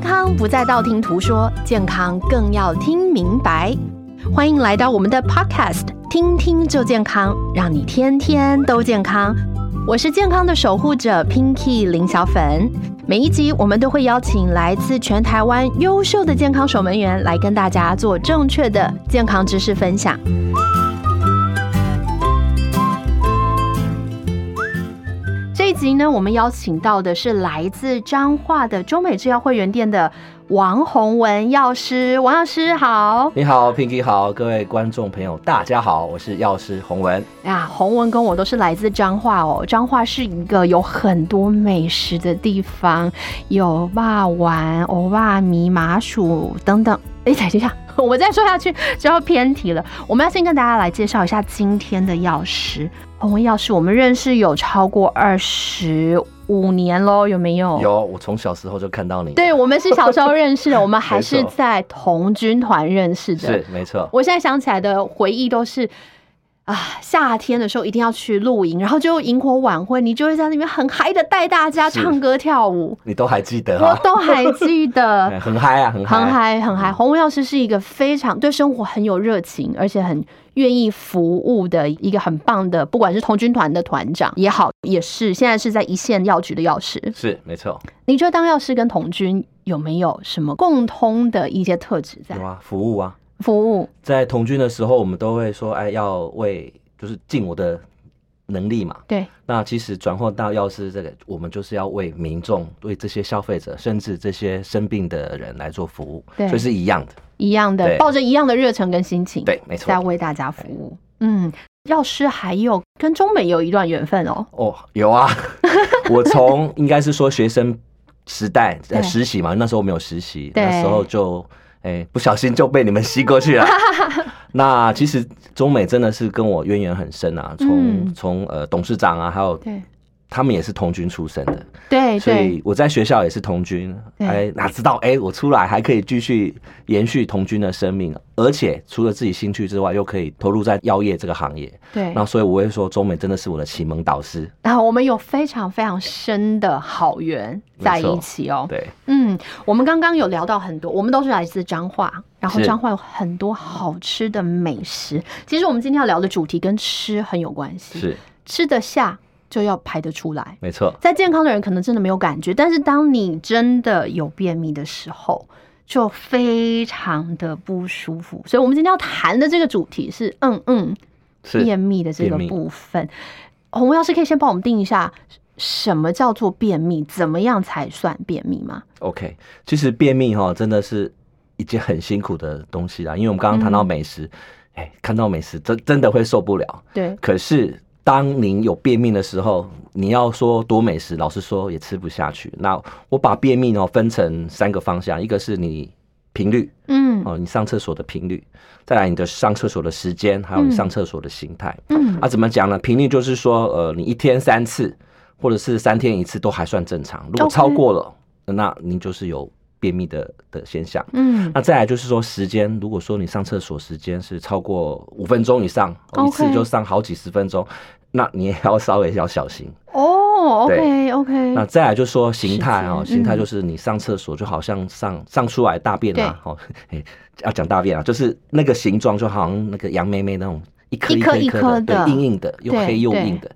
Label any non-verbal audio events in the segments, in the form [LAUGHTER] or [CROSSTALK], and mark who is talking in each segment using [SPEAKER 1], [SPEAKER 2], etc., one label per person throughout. [SPEAKER 1] 康不再道听途说，健康更要听明白。欢迎来到我们的 Podcast，听听就健康，让你天天都健康。我是健康的守护者 Pinky 林小粉。每一集我们都会邀请来自全台湾优秀的健康守门员来跟大家做正确的健康知识分享。这一集呢，我们邀请到的是来自彰化的中美制药会员店的王宏文药师。王药师好
[SPEAKER 2] 你好，Pinky 好，各位观众朋友，大家好，我是药师洪文。
[SPEAKER 1] 呀，宏文啊跟我都是来自彰化哦。彰化是一个有很多美食的地方，有霸丸、欧巴米、麻薯等等。哎，等一下，我再说下去就要偏题了。我们要先跟大家来介绍一下今天的药师。宏文药师，我们认识有超过二十五年喽，有没有？
[SPEAKER 2] 有，我从小时候就看到你，
[SPEAKER 1] 哦对，我们是小时候认识的，我们还是
[SPEAKER 2] 没错
[SPEAKER 1] 在童军团认识的
[SPEAKER 2] 是。没错，
[SPEAKER 1] 我现在想起来的回忆都是。啊，夏天的时候一定要去露营，然后就萤火晚会，你就会在那边很嗨的带大家
[SPEAKER 2] 是
[SPEAKER 1] 唱歌跳舞，
[SPEAKER 2] 你都还记得
[SPEAKER 1] 我
[SPEAKER 2] 啊？
[SPEAKER 1] 都还记得
[SPEAKER 2] 哎，很嗨啊，很嗨，
[SPEAKER 1] 很。嗨很嗨。洪文药师是一个非常对生活很有热情，而且很愿意服务的一个很棒的，不管是童军团的团长也好，也是现在是在一线药局的药师。
[SPEAKER 2] 是没错，
[SPEAKER 1] 你觉得当药师跟童军有没有什么共通的一些特质在
[SPEAKER 2] 有？啊，服务啊，
[SPEAKER 1] 服务
[SPEAKER 2] 在童军的时候，我们都会说，哎，要为就是尽我的能力嘛。
[SPEAKER 1] 对，
[SPEAKER 2] 那其实转换到药师这个，我们就是要为民众、为这些消费者，甚至这些生病的人来做服务，
[SPEAKER 1] 对
[SPEAKER 2] 所以是一样的。
[SPEAKER 1] 一样的，
[SPEAKER 2] 对
[SPEAKER 1] 抱着一样的热忱跟心情，，
[SPEAKER 2] 对，没错
[SPEAKER 1] 在。为大家服务。嗯，药师还有跟中美有一段缘分哦。
[SPEAKER 2] 哦，有
[SPEAKER 1] [LAUGHS]
[SPEAKER 2] 啊，我从应该是说学生时代
[SPEAKER 1] 对
[SPEAKER 2] 呃实习嘛，那时候我没有实习，
[SPEAKER 1] 对
[SPEAKER 2] 那时候就哎、不小心就被你们吸
[SPEAKER 1] [LAUGHS]
[SPEAKER 2] 过去了。那其实中美真的是跟我渊源很深啊，从
[SPEAKER 1] 嗯
[SPEAKER 2] 从、呃董事长啊，还有
[SPEAKER 1] 对
[SPEAKER 2] 他们也是童军出身的，
[SPEAKER 1] 对
[SPEAKER 2] 所
[SPEAKER 1] 对
[SPEAKER 2] 以我在学校也是童军，
[SPEAKER 1] 对
[SPEAKER 2] 哎，哪知道哎、我出来还可以继续延续童军的生命，而且除了自己兴趣之外，又可以投入在药业这个行业。
[SPEAKER 1] 对，
[SPEAKER 2] 那所以我会说，中美真的是我的启蒙导师。
[SPEAKER 1] 然后我们有非常非常深的好缘在一起哦。
[SPEAKER 2] 对，
[SPEAKER 1] 嗯，我们刚刚有聊到很多，我们都是来自彰化，然后
[SPEAKER 2] 是
[SPEAKER 1] 彰化有很多好吃的美食。其实我们今天要聊的主题跟吃很有关系，
[SPEAKER 2] 是
[SPEAKER 1] 吃得下就要排得出来。
[SPEAKER 2] 没错，
[SPEAKER 1] 在健康的人可能真的没有感觉，但是当你真的有便秘的时候，就非常的不舒服。所以，我们今天要谈的这个主题是，嗯嗯，
[SPEAKER 2] 是
[SPEAKER 1] 便秘的这个
[SPEAKER 2] 便秘
[SPEAKER 1] 部分。洪药师可以先帮我们定一下，什么叫做便秘？怎么样才算便秘吗？
[SPEAKER 2] OK。其实便秘哈，真的是一件很辛苦的东西啊啦，因为我们刚刚谈到美食，哎、看到美食真真的会受不了。
[SPEAKER 1] 对，
[SPEAKER 2] 可是当您有便秘的时候，你要说多美食，老实说也吃不下去。那我把便秘哦分成三个方向，一个是你频率
[SPEAKER 1] 嗯
[SPEAKER 2] 哦，你上厕所的频率，再来你的上厕所的时间，还有你上厕所的形态。
[SPEAKER 1] 嗯，
[SPEAKER 2] 啊，怎么讲呢？频率就是说，呃，你一天三次，或者是三天一次都还算正常。如果
[SPEAKER 1] OK
[SPEAKER 2] 超过了那您就是有便秘的的现象。
[SPEAKER 1] 嗯
[SPEAKER 2] 那再来就是说时间，如果说你上厕所时间是超过五分钟以上，哦一
[SPEAKER 1] OK
[SPEAKER 2] 次就上好几十分钟，那你也要稍微要小心。
[SPEAKER 1] 哦，OK
[SPEAKER 2] 对
[SPEAKER 1] OK，
[SPEAKER 2] 那再来就是说形态哦，
[SPEAKER 1] 时间
[SPEAKER 2] 形态
[SPEAKER 1] 嗯
[SPEAKER 2] 就是你上厕所就好像上上出来大便啦，哦， [LAUGHS] 嘿要讲大便啊，就是那个形状就好像那个杨妹妹那种一颗
[SPEAKER 1] 一颗
[SPEAKER 2] 一
[SPEAKER 1] 一颗
[SPEAKER 2] 颗
[SPEAKER 1] 的
[SPEAKER 2] 对，硬硬的，又
[SPEAKER 1] 对
[SPEAKER 2] 黑又
[SPEAKER 1] 对
[SPEAKER 2] 硬的。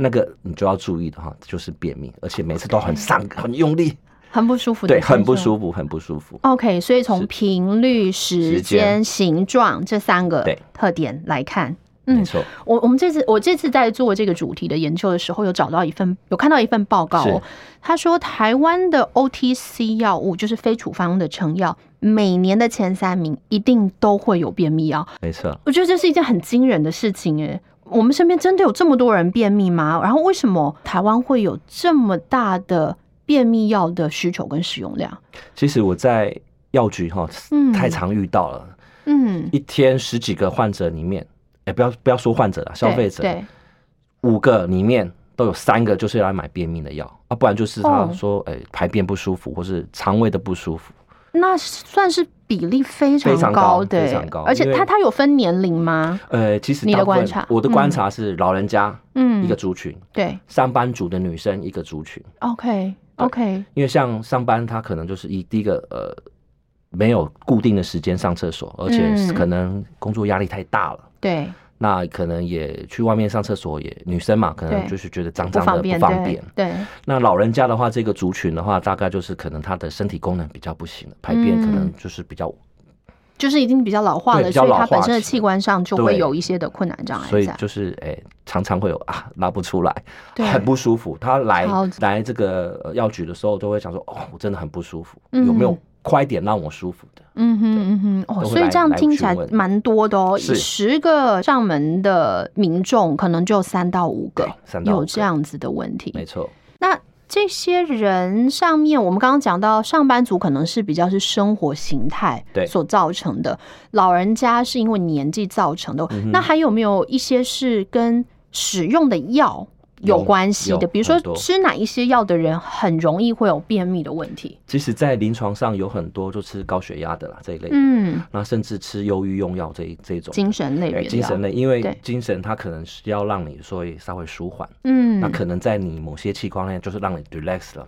[SPEAKER 2] 那个你就要注意的哈，就是便秘，而且每次都很上很用力，
[SPEAKER 1] 很不舒服的
[SPEAKER 2] 对，
[SPEAKER 1] 现象，
[SPEAKER 2] 很不舒服，很不舒服。
[SPEAKER 1] OK，所以从
[SPEAKER 2] 是
[SPEAKER 1] 频率、时
[SPEAKER 2] 时间
[SPEAKER 1] 间、形状这三个
[SPEAKER 2] 对
[SPEAKER 1] 特点来看，
[SPEAKER 2] 没
[SPEAKER 1] 嗯，
[SPEAKER 2] 错，
[SPEAKER 1] 我我们这次我这次在做这个主题的研究的时候，有找到一份有看到一份报告哦
[SPEAKER 2] 是，
[SPEAKER 1] 他说台湾的 OTC 药物就是非处方的成药，每年的前三名一定都会有便秘药，
[SPEAKER 2] 没错。
[SPEAKER 1] 我觉得这是一件很惊人的事情诶。我们身边真的有这么多人便秘吗？然后为什么台湾会有这么大的便秘药的需求跟使用量？
[SPEAKER 2] 其实我在药局哈
[SPEAKER 1] 嗯，
[SPEAKER 2] 太常遇到了，
[SPEAKER 1] 嗯，
[SPEAKER 2] 一天十几个患者里面，哎，不要不要说患者了，消费者
[SPEAKER 1] 对对
[SPEAKER 2] 五个里面都有三个就是来买便秘的药啊，不然就是他
[SPEAKER 1] 哦
[SPEAKER 2] 说，哎、排便不舒服，或是肠胃的不舒服。
[SPEAKER 1] 那算是比例非常
[SPEAKER 2] 非常
[SPEAKER 1] 高
[SPEAKER 2] 高
[SPEAKER 1] 的欸，
[SPEAKER 2] 非常高
[SPEAKER 1] 而且
[SPEAKER 2] 因为
[SPEAKER 1] 它它有分年龄吗？
[SPEAKER 2] 呃，其实
[SPEAKER 1] 你的
[SPEAKER 2] 大部分
[SPEAKER 1] 观察
[SPEAKER 2] 我的观察是老人家
[SPEAKER 1] 嗯，
[SPEAKER 2] 一个族群，
[SPEAKER 1] 对
[SPEAKER 2] 上班族的女生一个族群，
[SPEAKER 1] ，OK， OK，
[SPEAKER 2] 因为像上班，他可能就是一第一个呃没有固定的时间上厕所，而且
[SPEAKER 1] 嗯
[SPEAKER 2] 可能工作压力太大了。
[SPEAKER 1] 对，
[SPEAKER 2] 那可能也去外面上厕所也，女生嘛，可能
[SPEAKER 1] 对
[SPEAKER 2] 就是觉得脏
[SPEAKER 1] 不
[SPEAKER 2] 脏的
[SPEAKER 1] 方
[SPEAKER 2] 不
[SPEAKER 1] 便，
[SPEAKER 2] 方便。
[SPEAKER 1] 对，对
[SPEAKER 2] 那老人家的话，这个族群的话，大概就是可能他的身体功能比较不行了，排
[SPEAKER 1] 嗯
[SPEAKER 2] 便可能就是比较，
[SPEAKER 1] 就是已经比较老化
[SPEAKER 2] 对
[SPEAKER 1] 了，
[SPEAKER 2] 比较
[SPEAKER 1] 所以
[SPEAKER 2] 老
[SPEAKER 1] 它本
[SPEAKER 2] 化
[SPEAKER 1] 身的
[SPEAKER 2] 是
[SPEAKER 1] 器官上就会
[SPEAKER 2] 对
[SPEAKER 1] 有一些的困难障碍
[SPEAKER 2] 所以
[SPEAKER 1] 在。
[SPEAKER 2] 就是哎、常常会有啊拉不出来，
[SPEAKER 1] 对
[SPEAKER 2] 很不舒服。他来
[SPEAKER 1] 好
[SPEAKER 2] 来这个呃药局的时候，都会想说，哦，我真的很不舒服，
[SPEAKER 1] 嗯
[SPEAKER 2] 有没有快一点让我舒服的？
[SPEAKER 1] 嗯哼嗯哼，哦，
[SPEAKER 2] 都会
[SPEAKER 1] 所以
[SPEAKER 2] 来
[SPEAKER 1] 这样
[SPEAKER 2] 来
[SPEAKER 1] 听起来
[SPEAKER 2] 询问
[SPEAKER 1] 蛮多的哦，
[SPEAKER 2] 是
[SPEAKER 1] 十个上门的民众可能就三到五个
[SPEAKER 2] 对三到五
[SPEAKER 1] 有
[SPEAKER 2] 个
[SPEAKER 1] 这样子的问题。
[SPEAKER 2] 没错，
[SPEAKER 1] 那这些人上面，我们刚刚讲到上班族可能是比较是生活形态
[SPEAKER 2] 对
[SPEAKER 1] 所造成的，老人家是因为年纪造成的。
[SPEAKER 2] 嗯
[SPEAKER 1] 那还有没有一些是跟使用的药有
[SPEAKER 2] 有
[SPEAKER 1] 关系的？
[SPEAKER 2] 有
[SPEAKER 1] 比如说
[SPEAKER 2] 很多
[SPEAKER 1] 吃哪一些药的人很容易会有便秘的问题？
[SPEAKER 2] 即使在临床上有很多就吃高血压的啦这一类的，
[SPEAKER 1] 嗯，
[SPEAKER 2] 那甚至吃忧郁用药这一这一种。
[SPEAKER 1] 精神类
[SPEAKER 2] 哎
[SPEAKER 1] 别的
[SPEAKER 2] 精
[SPEAKER 1] 药
[SPEAKER 2] 神，类，因为
[SPEAKER 1] 对
[SPEAKER 2] 精神它可能是要让你所以稍微舒缓，
[SPEAKER 1] 嗯，
[SPEAKER 2] 那可能在你某些器官内就是让你 relax 了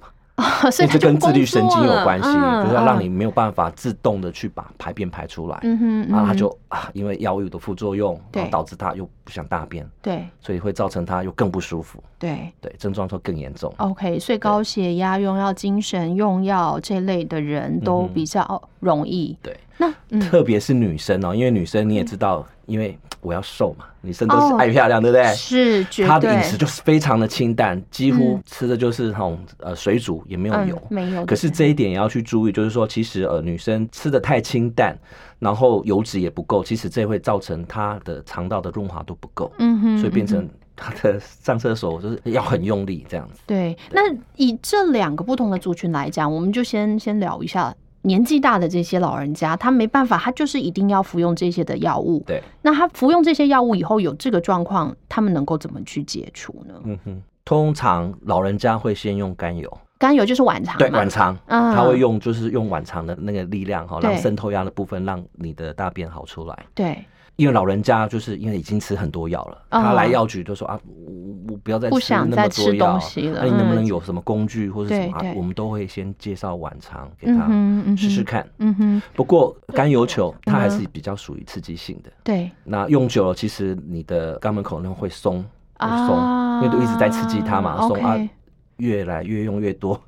[SPEAKER 1] [LAUGHS]
[SPEAKER 2] 嘛，
[SPEAKER 1] 所以
[SPEAKER 2] 因为这跟自律神经有关系，
[SPEAKER 1] 嗯、
[SPEAKER 2] 就是要让你
[SPEAKER 1] 嗯
[SPEAKER 2] 没有办法自动的去把排便排出来，
[SPEAKER 1] 嗯哼，嗯
[SPEAKER 2] 然后它
[SPEAKER 1] 哼
[SPEAKER 2] 就啊，因为药物的副作用，
[SPEAKER 1] 对
[SPEAKER 2] 然后导致他又不想大便，
[SPEAKER 1] 对
[SPEAKER 2] 所以会造成他又更不舒服，
[SPEAKER 1] 对
[SPEAKER 2] 对，症状会更严重。
[SPEAKER 1] ，OK，所以高血压用药、精神用药这类的人
[SPEAKER 2] 嗯
[SPEAKER 1] 都比较容易。
[SPEAKER 2] 对，
[SPEAKER 1] 那嗯，
[SPEAKER 2] 特别是女生哦，因为女生你也知道，因为我要瘦嘛，女生都是
[SPEAKER 1] 哦
[SPEAKER 2] 爱漂亮，对不对？
[SPEAKER 1] 是绝
[SPEAKER 2] 她的
[SPEAKER 1] 对
[SPEAKER 2] 饮食就是非常的清淡，几乎
[SPEAKER 1] 嗯
[SPEAKER 2] 吃的就是那种呃水煮，也没有油
[SPEAKER 1] 嗯。没有，
[SPEAKER 2] 可是这一点也要去注意，就是说，其实呃，女生吃的太清淡，然后油脂也不够，其实这会造成她的肠道的润滑度不够，
[SPEAKER 1] 嗯哼，
[SPEAKER 2] 所以变
[SPEAKER 1] 嗯哼
[SPEAKER 2] 成 [LAUGHS] 她的上厕所就是要很用力这样子。
[SPEAKER 1] 对。那以这两个不同的族群来讲，我们就先先聊一下。年纪大的这些老人家，他没办法，他就是一定要服用这些的药物。
[SPEAKER 2] 对，
[SPEAKER 1] 那他服用这些药物以后有这个状况，他们能够怎么去解除呢？
[SPEAKER 2] 嗯哼，通常老人家会先用甘油，
[SPEAKER 1] 甘油就是晚肠嘛，
[SPEAKER 2] 对，晚肠。
[SPEAKER 1] 嗯，
[SPEAKER 2] 他会用，就是用晚肠的那个力量哈、
[SPEAKER 1] 对
[SPEAKER 2] 让渗透压的部分让你的大便好出来。
[SPEAKER 1] 对，
[SPEAKER 2] 因为老人家就是因为已经吃很多药了，
[SPEAKER 1] 嗯
[SPEAKER 2] 他来药局就说啊，我我不要再
[SPEAKER 1] 不
[SPEAKER 2] 吃那
[SPEAKER 1] 想再
[SPEAKER 2] 么多
[SPEAKER 1] 吃
[SPEAKER 2] 药
[SPEAKER 1] 东，西了。
[SPEAKER 2] 那哎你能
[SPEAKER 1] 嗯
[SPEAKER 2] 不能有什么工具或是什么、
[SPEAKER 1] 对
[SPEAKER 2] 啊
[SPEAKER 1] 对？
[SPEAKER 2] 我们都会先介绍晚肠给
[SPEAKER 1] 嗯
[SPEAKER 2] 他
[SPEAKER 1] 哼嗯哼
[SPEAKER 2] 试试看。
[SPEAKER 1] 嗯哼，
[SPEAKER 2] 不过甘油球它还
[SPEAKER 1] 嗯
[SPEAKER 2] 是比较属于刺激性的，
[SPEAKER 1] 对
[SPEAKER 2] 那用久了其实你的肛门口那会松，
[SPEAKER 1] 啊
[SPEAKER 2] 会松，因为都一直在刺激它嘛，松啊
[SPEAKER 1] OK，
[SPEAKER 2] 越来越用越多，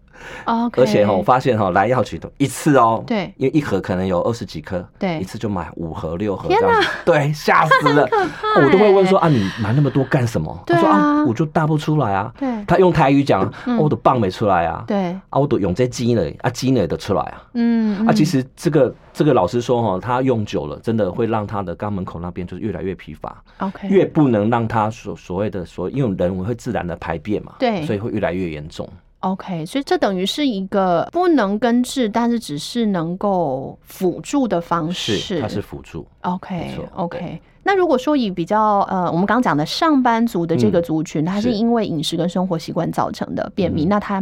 [SPEAKER 1] OK，
[SPEAKER 2] 而且哈、我发现哈、来药局都一次哦，
[SPEAKER 1] 对
[SPEAKER 2] 因为一盒可能有二十几颗，
[SPEAKER 1] 对
[SPEAKER 2] 一次就买五盒六盒这样子，
[SPEAKER 1] [LAUGHS]
[SPEAKER 2] 对，吓死了，我都会问说啊，你买那么多干什么？
[SPEAKER 1] 欸对啊
[SPEAKER 2] 他说啊，我就大不出来啊，
[SPEAKER 1] 对
[SPEAKER 2] 他用台语讲，啊
[SPEAKER 1] 嗯
[SPEAKER 2] 我的棒没出来啊，
[SPEAKER 1] 对，
[SPEAKER 2] 啊，我都用这鸡呢，啊鸡呢的出来啊。
[SPEAKER 1] 嗯
[SPEAKER 2] 啊，其
[SPEAKER 1] 嗯
[SPEAKER 2] 实这个这个老师说哈、他用久了，真的会让他的肛门口那边就是越来越疲乏，
[SPEAKER 1] OK，
[SPEAKER 2] 越不能让他所所谓的所，因为人会自然的排便嘛，
[SPEAKER 1] 对
[SPEAKER 2] 所以会越来越严重。
[SPEAKER 1] OK，所以这等于是一个不能根治，但是只是能够辅助的方式。
[SPEAKER 2] 是，它是辅助。
[SPEAKER 1] OK
[SPEAKER 2] 错
[SPEAKER 1] OK
[SPEAKER 2] 对。
[SPEAKER 1] 那如果说以比较呃，我们刚刚讲的上班族的这个
[SPEAKER 2] 嗯
[SPEAKER 1] 族群，他是
[SPEAKER 2] 是嗯
[SPEAKER 1] 因为饮食跟生活习惯造成的便秘，那他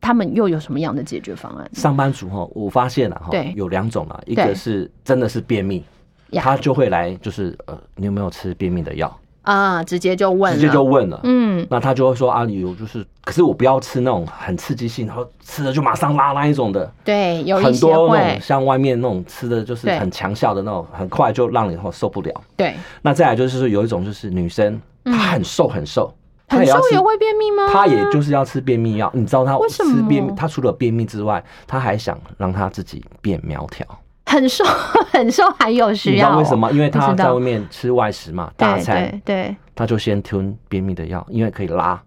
[SPEAKER 1] 他们又有什么样的解决方案？
[SPEAKER 2] 上班族哈，我发现了啊哈
[SPEAKER 1] 对，
[SPEAKER 2] 有两种啊啦，一
[SPEAKER 1] 对
[SPEAKER 2] 个是真的是便秘，
[SPEAKER 1] 呀
[SPEAKER 2] 他就会来就是呃，你有没有吃便秘的药？
[SPEAKER 1] 啊，直接就问了，
[SPEAKER 2] 直接就问了。
[SPEAKER 1] 嗯，
[SPEAKER 2] 那他就会说啊，有就是，可是我不要吃那种很刺激性，然后吃了就马上拉那一种的，
[SPEAKER 1] 对，有一
[SPEAKER 2] 很
[SPEAKER 1] 些
[SPEAKER 2] 多那种
[SPEAKER 1] 会，
[SPEAKER 2] 像外面那种吃的就是
[SPEAKER 1] 对
[SPEAKER 2] 很强效的那种，很快就让你哦受不了。
[SPEAKER 1] 对，
[SPEAKER 2] 那再来就是说有一种就是女生，她很瘦很瘦，
[SPEAKER 1] 嗯
[SPEAKER 2] 她
[SPEAKER 1] 很
[SPEAKER 2] 也要
[SPEAKER 1] 瘦
[SPEAKER 2] 吃
[SPEAKER 1] 也会便秘吗？
[SPEAKER 2] 他也就是要吃便秘药，你知道他
[SPEAKER 1] 为什么
[SPEAKER 2] 吃便秘，他除了便秘之外，他还想让他自己变苗条。
[SPEAKER 1] 很瘦， [LAUGHS] 很瘦还有
[SPEAKER 2] 你
[SPEAKER 1] 需
[SPEAKER 2] 知
[SPEAKER 1] 要、
[SPEAKER 2] 道
[SPEAKER 1] 哦，
[SPEAKER 2] 为什么？因为
[SPEAKER 1] 不
[SPEAKER 2] 他
[SPEAKER 1] 知道
[SPEAKER 2] 在外面吃外食嘛，大
[SPEAKER 1] 对
[SPEAKER 2] 餐
[SPEAKER 1] 对对
[SPEAKER 2] 他就先吞便秘的药，因为可以拉，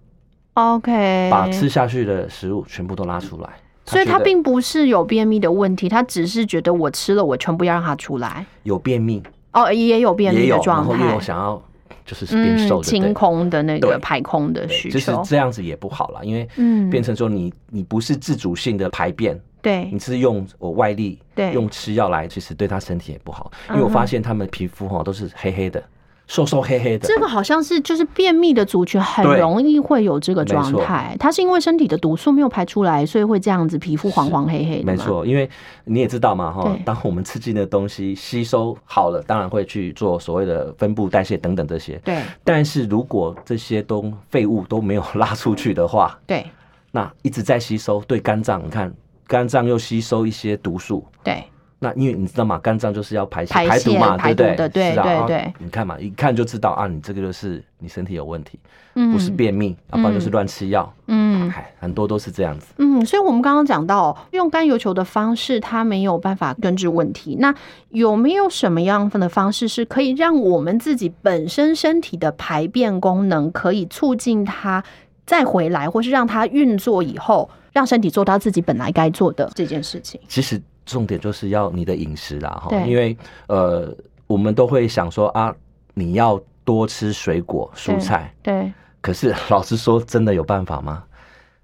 [SPEAKER 1] ，OK，
[SPEAKER 2] 把吃下去的食物全部都拉出来。
[SPEAKER 1] 所以
[SPEAKER 2] 觉
[SPEAKER 1] 他
[SPEAKER 2] 得
[SPEAKER 1] 并不是有便秘的问题，他只是觉得我吃了，我全部要让它出来。
[SPEAKER 2] 有便秘，
[SPEAKER 1] 哦，也有便
[SPEAKER 2] 也
[SPEAKER 1] 秘的
[SPEAKER 2] 有，然
[SPEAKER 1] 状
[SPEAKER 2] 后又
[SPEAKER 1] 态
[SPEAKER 2] 有，想要就是变
[SPEAKER 1] 嗯，
[SPEAKER 2] 瘦的，
[SPEAKER 1] 清
[SPEAKER 2] 对
[SPEAKER 1] 空的那个
[SPEAKER 2] 对
[SPEAKER 1] 排空的需
[SPEAKER 2] 对，就是
[SPEAKER 1] 求，
[SPEAKER 2] 这样子也不好啦，因为
[SPEAKER 1] 嗯
[SPEAKER 2] 变成说你你不是自主性的排便，
[SPEAKER 1] 对
[SPEAKER 2] 你是用我外力，
[SPEAKER 1] 对嗯
[SPEAKER 2] 用吃药来，其实对他身体也不好。因为我发现他们皮肤哦哈都是黑黑的，瘦瘦黑黑的，
[SPEAKER 1] 这个好像是就是便秘的族群很
[SPEAKER 2] 对
[SPEAKER 1] 容易会有这个状
[SPEAKER 2] 没错
[SPEAKER 1] 态，它是因为身体的毒素没有排出来，所以会这样子皮肤黄黄黑黑的。
[SPEAKER 2] 没，错。因为你也知道嘛哈
[SPEAKER 1] 对，
[SPEAKER 2] 当我们吃进的东西吸收好了，当然会去做所谓的分布代谢等等这些。
[SPEAKER 1] 对
[SPEAKER 2] 但是如果这些东废物都没有拉出去的话，
[SPEAKER 1] 对，
[SPEAKER 2] 那一直在吸收，对肝脏，你看肝脏又吸收一些毒素。
[SPEAKER 1] 对，
[SPEAKER 2] 那因为你知道嘛，肝脏就是要排泄
[SPEAKER 1] 排
[SPEAKER 2] 毒
[SPEAKER 1] 泄
[SPEAKER 2] 嘛，
[SPEAKER 1] 排
[SPEAKER 2] 对不
[SPEAKER 1] 毒的对
[SPEAKER 2] 是啊
[SPEAKER 1] 对
[SPEAKER 2] 啊
[SPEAKER 1] 对
[SPEAKER 2] 你看嘛，一看就知道啊，你这个就是你身体有问题，
[SPEAKER 1] 嗯
[SPEAKER 2] 不是便秘，要不然就是乱吃药，
[SPEAKER 1] 嗯。
[SPEAKER 2] 哎，很多都是这样子。
[SPEAKER 1] 嗯，所以我们刚刚讲到哦用甘油球的方式，它没有办法根治问题。那有没有什么样的方式是可以让我们自己本身身体的排便功能可以促进它再回来，或是让它运作以后，让身体做到自己本来该做的这件事情？
[SPEAKER 2] 其实重点就是要你的饮食啦，哈
[SPEAKER 1] 对，
[SPEAKER 2] 因为呃，我们都会想说啊，你要多吃水果、蔬菜，
[SPEAKER 1] 对，
[SPEAKER 2] 可是 [LAUGHS] 老实说，真的有办法吗？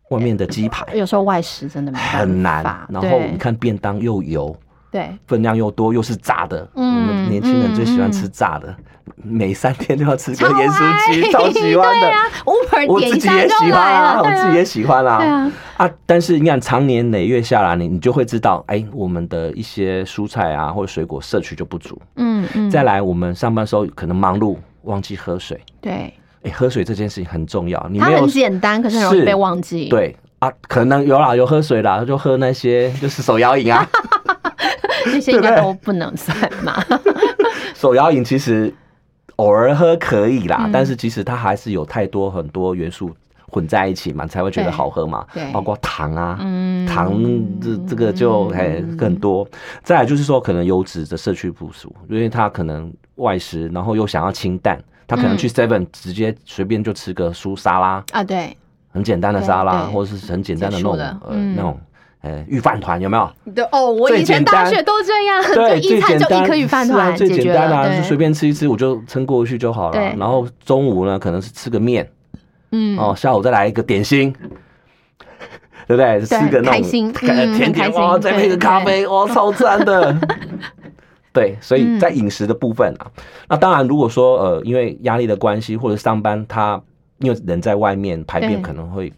[SPEAKER 2] 外面的鸡排
[SPEAKER 1] 有时候外食真的没办法
[SPEAKER 2] 很难，然后
[SPEAKER 1] 对
[SPEAKER 2] 你看便当又油，
[SPEAKER 1] 对，
[SPEAKER 2] 分量又多，又是炸的。
[SPEAKER 1] 嗯
[SPEAKER 2] 我们年轻人最喜欢吃炸的，每三天都要吃个盐
[SPEAKER 1] [LAUGHS]
[SPEAKER 2] 酥鸡，
[SPEAKER 1] 超
[SPEAKER 2] 超
[SPEAKER 1] 爱
[SPEAKER 2] 喜欢的
[SPEAKER 1] 对。啊，Uber
[SPEAKER 2] 我
[SPEAKER 1] 点
[SPEAKER 2] 自
[SPEAKER 1] 一
[SPEAKER 2] 己
[SPEAKER 1] 下
[SPEAKER 2] 也
[SPEAKER 1] 就
[SPEAKER 2] 喜欢
[SPEAKER 1] 来
[SPEAKER 2] 啊，
[SPEAKER 1] 了，
[SPEAKER 2] 我自己也喜欢啦、
[SPEAKER 1] 对啊
[SPEAKER 2] 啊，但是你看，长年累月下来，你你就会知道，哎，我们的一些蔬菜啊或者水果摄取就不足。
[SPEAKER 1] 嗯嗯，
[SPEAKER 2] 再来，我们上班时候可能忙碌，忘记喝水。
[SPEAKER 1] 对，
[SPEAKER 2] 哎，喝水这件事情很重要，你
[SPEAKER 1] 它
[SPEAKER 2] 没有
[SPEAKER 1] 很简单，可是很容易
[SPEAKER 2] 是
[SPEAKER 1] 被忘记。。
[SPEAKER 2] 对啊，可能有啦，有喝水啦，就喝那些就是手摇饮啊。
[SPEAKER 1] 这些应该都不能算嘛。
[SPEAKER 2] 手摇饮其实偶尔喝可以啦，
[SPEAKER 1] 嗯
[SPEAKER 2] 但是其实它还是有太多很多元素混在一起嘛，你才会觉得
[SPEAKER 1] 对
[SPEAKER 2] 好喝嘛
[SPEAKER 1] 对，
[SPEAKER 2] 包括糖啊。
[SPEAKER 1] 嗯
[SPEAKER 2] 糖这这个就哎更多，再来就是说可能油脂的摄取不足，因为他可能外食，然后又想要清淡，他可
[SPEAKER 1] 嗯
[SPEAKER 2] 能去 Seven 直接随便就吃个蔬沙拉，
[SPEAKER 1] 啊，对
[SPEAKER 2] 很简单的
[SPEAKER 1] 对
[SPEAKER 2] 沙拉，
[SPEAKER 1] 对
[SPEAKER 2] 或者是很简单的
[SPEAKER 1] 结
[SPEAKER 2] 那
[SPEAKER 1] 束
[SPEAKER 2] 种
[SPEAKER 1] 了
[SPEAKER 2] 呃
[SPEAKER 1] 嗯
[SPEAKER 2] 那种呃御饭团有没有？
[SPEAKER 1] 对哦，我
[SPEAKER 2] 最
[SPEAKER 1] 以前
[SPEAKER 2] 简
[SPEAKER 1] 大
[SPEAKER 2] 单
[SPEAKER 1] 学都这 [LAUGHS] 样，就
[SPEAKER 2] 对，
[SPEAKER 1] 一
[SPEAKER 2] 最
[SPEAKER 1] 餐
[SPEAKER 2] 简
[SPEAKER 1] 就
[SPEAKER 2] 单
[SPEAKER 1] 一颗鱼饭
[SPEAKER 2] 是啊
[SPEAKER 1] 团
[SPEAKER 2] 最
[SPEAKER 1] 解
[SPEAKER 2] 简
[SPEAKER 1] 决
[SPEAKER 2] 单
[SPEAKER 1] 了，
[SPEAKER 2] 啊，就随
[SPEAKER 1] 对，
[SPEAKER 2] 便吃一吃，我就撑过去就好了
[SPEAKER 1] 对。
[SPEAKER 2] 然后中午呢，可能是吃个面
[SPEAKER 1] 嗯，
[SPEAKER 2] 哦，下午再来一个点心， [LAUGHS] 对不对？吃个那种
[SPEAKER 1] 开心
[SPEAKER 2] 呃
[SPEAKER 1] 嗯
[SPEAKER 2] 甜
[SPEAKER 1] 很开
[SPEAKER 2] 点
[SPEAKER 1] 心
[SPEAKER 2] 哦，再配
[SPEAKER 1] 对
[SPEAKER 2] 个
[SPEAKER 1] 嗯
[SPEAKER 2] 咖啡哦，超赞
[SPEAKER 1] [LAUGHS]
[SPEAKER 2] 的。对，所以在饮食的部分啊，那当然，如果说呃，因为压力的关系，或者上班他因为人在外面排
[SPEAKER 1] 对
[SPEAKER 2] 便可能会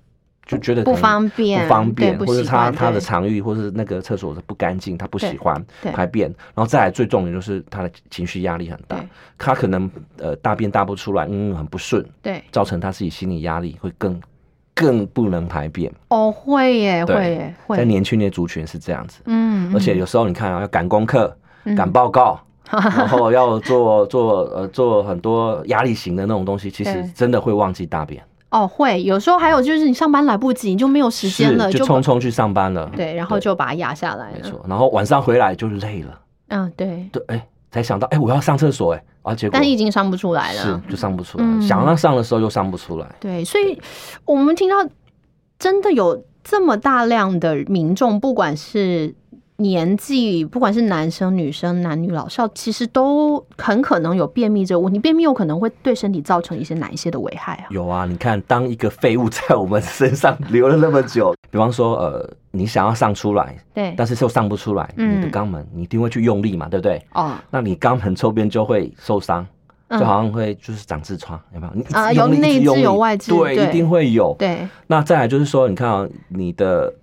[SPEAKER 2] 就觉得可
[SPEAKER 1] 不
[SPEAKER 2] 能
[SPEAKER 1] 方便，
[SPEAKER 2] 不方便，
[SPEAKER 1] 对
[SPEAKER 2] 或者
[SPEAKER 1] 不习
[SPEAKER 2] 他
[SPEAKER 1] 惯
[SPEAKER 2] 他的
[SPEAKER 1] 对
[SPEAKER 2] 肠浴或是那个厕所不干净，他不
[SPEAKER 1] 对
[SPEAKER 2] 喜欢
[SPEAKER 1] 对
[SPEAKER 2] 排便，然后再来最重点就是他的情绪压力很大
[SPEAKER 1] 对，
[SPEAKER 2] 他可能呃大便大不出来，嗯，很不顺，
[SPEAKER 1] 对
[SPEAKER 2] 造成他自己心理压力会更更不能排便，
[SPEAKER 1] 哦，会耶，
[SPEAKER 2] 对
[SPEAKER 1] 会耶，
[SPEAKER 2] 在
[SPEAKER 1] 会，
[SPEAKER 2] 年轻的族群是这样子，
[SPEAKER 1] 嗯，
[SPEAKER 2] 而且有时候你看啊，要赶功课、
[SPEAKER 1] 嗯
[SPEAKER 2] 赶
[SPEAKER 1] [LAUGHS]
[SPEAKER 2] 报告。然后要做做呃做很多压力型的那种东西，其实
[SPEAKER 1] 对
[SPEAKER 2] 真的会忘记大便，
[SPEAKER 1] 哦会，有时候还有就是你上班来不及，你就没有时间
[SPEAKER 2] 是
[SPEAKER 1] 了，
[SPEAKER 2] 就
[SPEAKER 1] 就
[SPEAKER 2] 匆匆去上班了。
[SPEAKER 1] 对，然后就把它压下来
[SPEAKER 2] 没
[SPEAKER 1] 了，
[SPEAKER 2] 错，然后晚上回来就累了。
[SPEAKER 1] 嗯，对，
[SPEAKER 2] 对，哎、才想到，哎、我要上厕所、哎，啊，结果
[SPEAKER 1] 但已经上不出来了，
[SPEAKER 2] 是就上不出来，
[SPEAKER 1] 嗯
[SPEAKER 2] 想要上的时候又上不出来。
[SPEAKER 1] 对，所以我们听到真的有这么大量的民众，不管是年纪，不管是男生、女生、男女老少，其实都很可能有便秘这个问题。便秘有可能会对身体造成一些哪一些的危害啊？
[SPEAKER 2] 有啊，你看，当一个废物在我们身上留了那
[SPEAKER 1] [LAUGHS]
[SPEAKER 2] 么久，比方说，呃，你想要上出来，
[SPEAKER 1] 对，
[SPEAKER 2] 但是又上不出来，
[SPEAKER 1] 嗯
[SPEAKER 2] 你的肛门你一定会去用力嘛，对不对？
[SPEAKER 1] 哦，
[SPEAKER 2] 那你肛门周边就会受伤，
[SPEAKER 1] 嗯
[SPEAKER 2] 就好像会就是长痔疮，有没有？你一直
[SPEAKER 1] 啊
[SPEAKER 2] 用力
[SPEAKER 1] 有内
[SPEAKER 2] 一直用
[SPEAKER 1] 痔有
[SPEAKER 2] 力
[SPEAKER 1] 外痔
[SPEAKER 2] 对，
[SPEAKER 1] 对
[SPEAKER 2] 一定会有。
[SPEAKER 1] 对，
[SPEAKER 2] 那再来就是说，你看啊，你的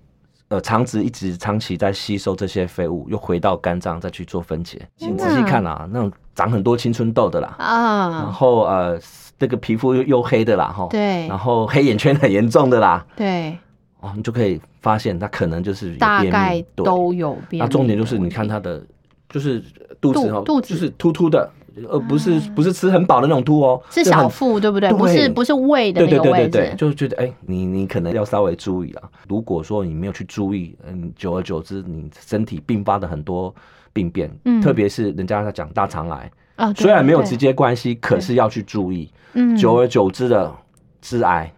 [SPEAKER 2] 呃肠子一直长期在吸收这些废物，又回到肝脏再去做分解。
[SPEAKER 1] 天
[SPEAKER 2] 你
[SPEAKER 1] 哪
[SPEAKER 2] 仔细看啊，那种长很多青春痘的啦，然
[SPEAKER 1] 啊，
[SPEAKER 2] 后呃这个皮肤又又黑的啦，哈，
[SPEAKER 1] 对
[SPEAKER 2] 然后黑眼圈很严重的啦，
[SPEAKER 1] 对，
[SPEAKER 2] 哦，你就可以发现它可能就是有
[SPEAKER 1] 大
[SPEAKER 2] 便秘
[SPEAKER 1] 概
[SPEAKER 2] 对
[SPEAKER 1] 都有便秘。
[SPEAKER 2] 那重点就是你看它的就是肚子哦，
[SPEAKER 1] 肚肚子啊
[SPEAKER 2] 就是凸凸的，而不是不是吃很饱的那种凸哦，
[SPEAKER 1] 是
[SPEAKER 2] 就很
[SPEAKER 1] 小腹对不对？
[SPEAKER 2] 对
[SPEAKER 1] 不是不是胃的
[SPEAKER 2] 对
[SPEAKER 1] 那
[SPEAKER 2] 对
[SPEAKER 1] 个
[SPEAKER 2] 对
[SPEAKER 1] 位
[SPEAKER 2] 对对，
[SPEAKER 1] 置。
[SPEAKER 2] 就觉得哎、你你可能要稍微注意了。如果说你没有去注意，嗯，久而久之，你身体并发的很多病变，
[SPEAKER 1] 嗯
[SPEAKER 2] 特别是人家在讲大肠癌，
[SPEAKER 1] 啊，对
[SPEAKER 2] 虽然没有
[SPEAKER 1] 对
[SPEAKER 2] 直接关系，可是要去注意，
[SPEAKER 1] 嗯
[SPEAKER 2] 久而久之的致癌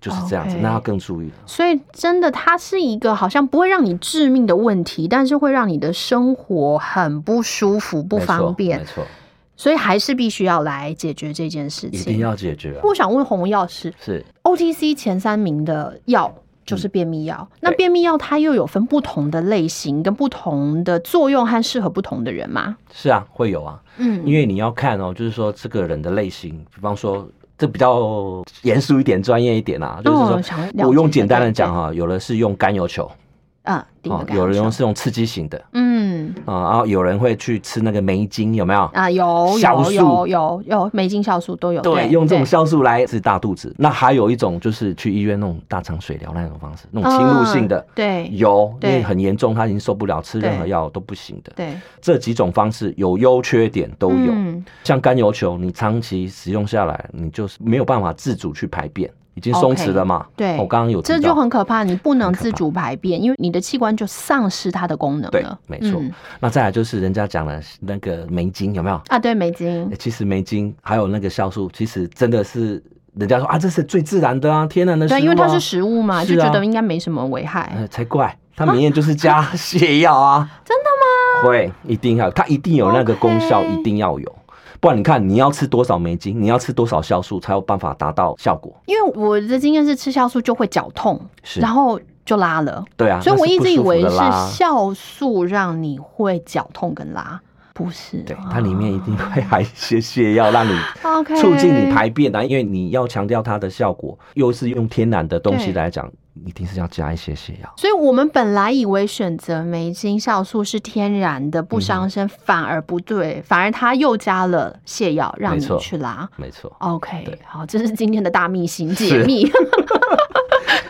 [SPEAKER 2] 就是这样子
[SPEAKER 1] OK
[SPEAKER 2] 那要更注意了。
[SPEAKER 1] 所以真的，它是一个好像不会让你致命的问题，但是会让你的生活很不舒服、不
[SPEAKER 2] 没错
[SPEAKER 1] 方
[SPEAKER 2] 没
[SPEAKER 1] 便，
[SPEAKER 2] 错，
[SPEAKER 1] 所以还是必须要来解决这件事
[SPEAKER 2] 一定
[SPEAKER 1] 情。
[SPEAKER 2] 要解决啊、
[SPEAKER 1] 我想问红药师
[SPEAKER 2] 是
[SPEAKER 1] ，OTC 前三名的药就是便秘药，那
[SPEAKER 2] 嗯对
[SPEAKER 1] 便秘药它又有分不同的类型、跟不同的作用和适合不同的人吗？
[SPEAKER 2] 是啊，会有啊，
[SPEAKER 1] 嗯，
[SPEAKER 2] 因为你要看哦，就是说这个人的类型，比方说这比较严肃一点、专业一点啊，就是
[SPEAKER 1] 那我
[SPEAKER 2] 说。
[SPEAKER 1] 哦想了解
[SPEAKER 2] 我用简单的讲，哈，有的是用甘油球，
[SPEAKER 1] 嗯，第一个
[SPEAKER 2] 啊哦，
[SPEAKER 1] 感
[SPEAKER 2] 有人
[SPEAKER 1] 受
[SPEAKER 2] 用是用刺激型的
[SPEAKER 1] 嗯
[SPEAKER 2] 啊、然后有人会去吃那个梅精，有没有？
[SPEAKER 1] 啊，有
[SPEAKER 2] 酵
[SPEAKER 1] 有有
[SPEAKER 2] 素
[SPEAKER 1] 有有美金酵素都有，
[SPEAKER 2] 对，用这种
[SPEAKER 1] 对
[SPEAKER 2] 酵素来治大肚子。那还有一种就是去医院那种大肠水疗那种方式，那种侵入性的
[SPEAKER 1] 嗯，对
[SPEAKER 2] 有，因
[SPEAKER 1] 对
[SPEAKER 2] 为很严重，他已经受不了，吃任何
[SPEAKER 1] 对
[SPEAKER 2] 药都不行的。
[SPEAKER 1] 对
[SPEAKER 2] 这几种方式有优缺点都有。
[SPEAKER 1] 嗯
[SPEAKER 2] 像甘油球，你长期使用下来，你就是没有办法自主去排便，已经松弛了嘛。哦
[SPEAKER 1] 对
[SPEAKER 2] 我刚刚有提
[SPEAKER 1] 这
[SPEAKER 2] 到
[SPEAKER 1] 就很可怕，你不能
[SPEAKER 2] 很可怕
[SPEAKER 1] 自主排便，因为你的器官就丧失它的功能
[SPEAKER 2] 对
[SPEAKER 1] 了，。
[SPEAKER 2] 没错。
[SPEAKER 1] 嗯
[SPEAKER 2] 那再来就是人家讲的那个梅精，有没有？
[SPEAKER 1] 啊，对美金
[SPEAKER 2] 欸，其实梅精还有那个酵素，其实真的是人家说啊，这是最自然的啊，天然的食物、啊。
[SPEAKER 1] 对，因为它是食物嘛，
[SPEAKER 2] 是
[SPEAKER 1] 就
[SPEAKER 2] 啊
[SPEAKER 1] 觉得应该没什么危害。
[SPEAKER 2] 呃，才怪，它明艳就是加泻药啊！
[SPEAKER 1] [LAUGHS] 真
[SPEAKER 2] 的吗？会，一定要，它一定有那个功效
[SPEAKER 1] OK
[SPEAKER 2] 一定要有。不然你看，你要吃多少梅精，你要吃多少酵素，才有办法达到效果。
[SPEAKER 1] 因为我的经验是吃酵素就会绞痛，
[SPEAKER 2] 是
[SPEAKER 1] 然后就拉了，
[SPEAKER 2] 对啊，
[SPEAKER 1] 所以我
[SPEAKER 2] 那是
[SPEAKER 1] 一
[SPEAKER 2] 不
[SPEAKER 1] 直以
[SPEAKER 2] 舒服
[SPEAKER 1] 为
[SPEAKER 2] 的
[SPEAKER 1] 是
[SPEAKER 2] 啦
[SPEAKER 1] 酵素让你会绞痛跟拉，不是啊。
[SPEAKER 2] 对，它里面一定会含一些泻药，让你
[SPEAKER 1] OK
[SPEAKER 2] 促进你排便啊。因为你要强调它的效果，又是用天然的东西
[SPEAKER 1] 对
[SPEAKER 2] 来讲，一定是要加一些泻药。
[SPEAKER 1] 所以我们本来以为选择梅精酵素是天然的，
[SPEAKER 2] 嗯
[SPEAKER 1] 不伤身，反而不对，反而它又加了泻药让
[SPEAKER 2] 没
[SPEAKER 1] 你
[SPEAKER 2] 错
[SPEAKER 1] 去拉。[LAUGHS]
[SPEAKER 2] 没错，
[SPEAKER 1] OK，
[SPEAKER 2] 对
[SPEAKER 1] 好，这是今天的大秘辛解
[SPEAKER 2] [LAUGHS]
[SPEAKER 1] 密。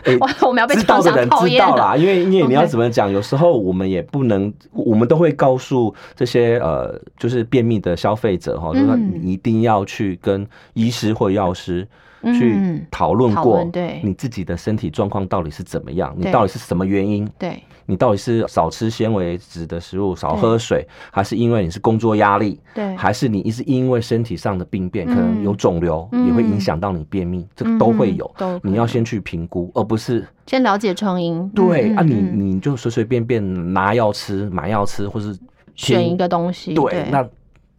[SPEAKER 2] 诶
[SPEAKER 1] 哇，我们要被
[SPEAKER 2] 知
[SPEAKER 1] 厂
[SPEAKER 2] 道的
[SPEAKER 1] 商
[SPEAKER 2] 人
[SPEAKER 1] 讨
[SPEAKER 2] 知
[SPEAKER 1] 厌
[SPEAKER 2] 道啦，因为因为你要
[SPEAKER 1] OK
[SPEAKER 2] 怎么讲，有时候我们也不能，我们都会告诉这些呃，就是便秘的消费者哈，就是说
[SPEAKER 1] 嗯
[SPEAKER 2] 你一定要去跟医师或药师去
[SPEAKER 1] 嗯
[SPEAKER 2] 讨论
[SPEAKER 1] 讨
[SPEAKER 2] 过
[SPEAKER 1] 论对
[SPEAKER 2] 你自己的身体状况到底是怎么样，你
[SPEAKER 1] 对
[SPEAKER 2] 到底是什么原因，
[SPEAKER 1] 对，
[SPEAKER 2] 你到底是少吃纤维质的食物，少
[SPEAKER 1] 对
[SPEAKER 2] 喝水，还是因为你是工作压力，
[SPEAKER 1] 对
[SPEAKER 2] 还是你是因为身体上的病变，
[SPEAKER 1] 嗯
[SPEAKER 2] 可能有肿瘤，也会影响到你便秘，这个都会有
[SPEAKER 1] 嗯。都可
[SPEAKER 2] 你要
[SPEAKER 1] 能
[SPEAKER 2] 先去评估，而不是
[SPEAKER 1] 先了解成因。
[SPEAKER 2] 对、
[SPEAKER 1] 嗯
[SPEAKER 2] 啊，
[SPEAKER 1] 嗯
[SPEAKER 2] 你
[SPEAKER 1] 嗯
[SPEAKER 2] 你就随随便便拿药吃、买药吃，或是
[SPEAKER 1] 选
[SPEAKER 2] 听
[SPEAKER 1] 一个东西，
[SPEAKER 2] 对，那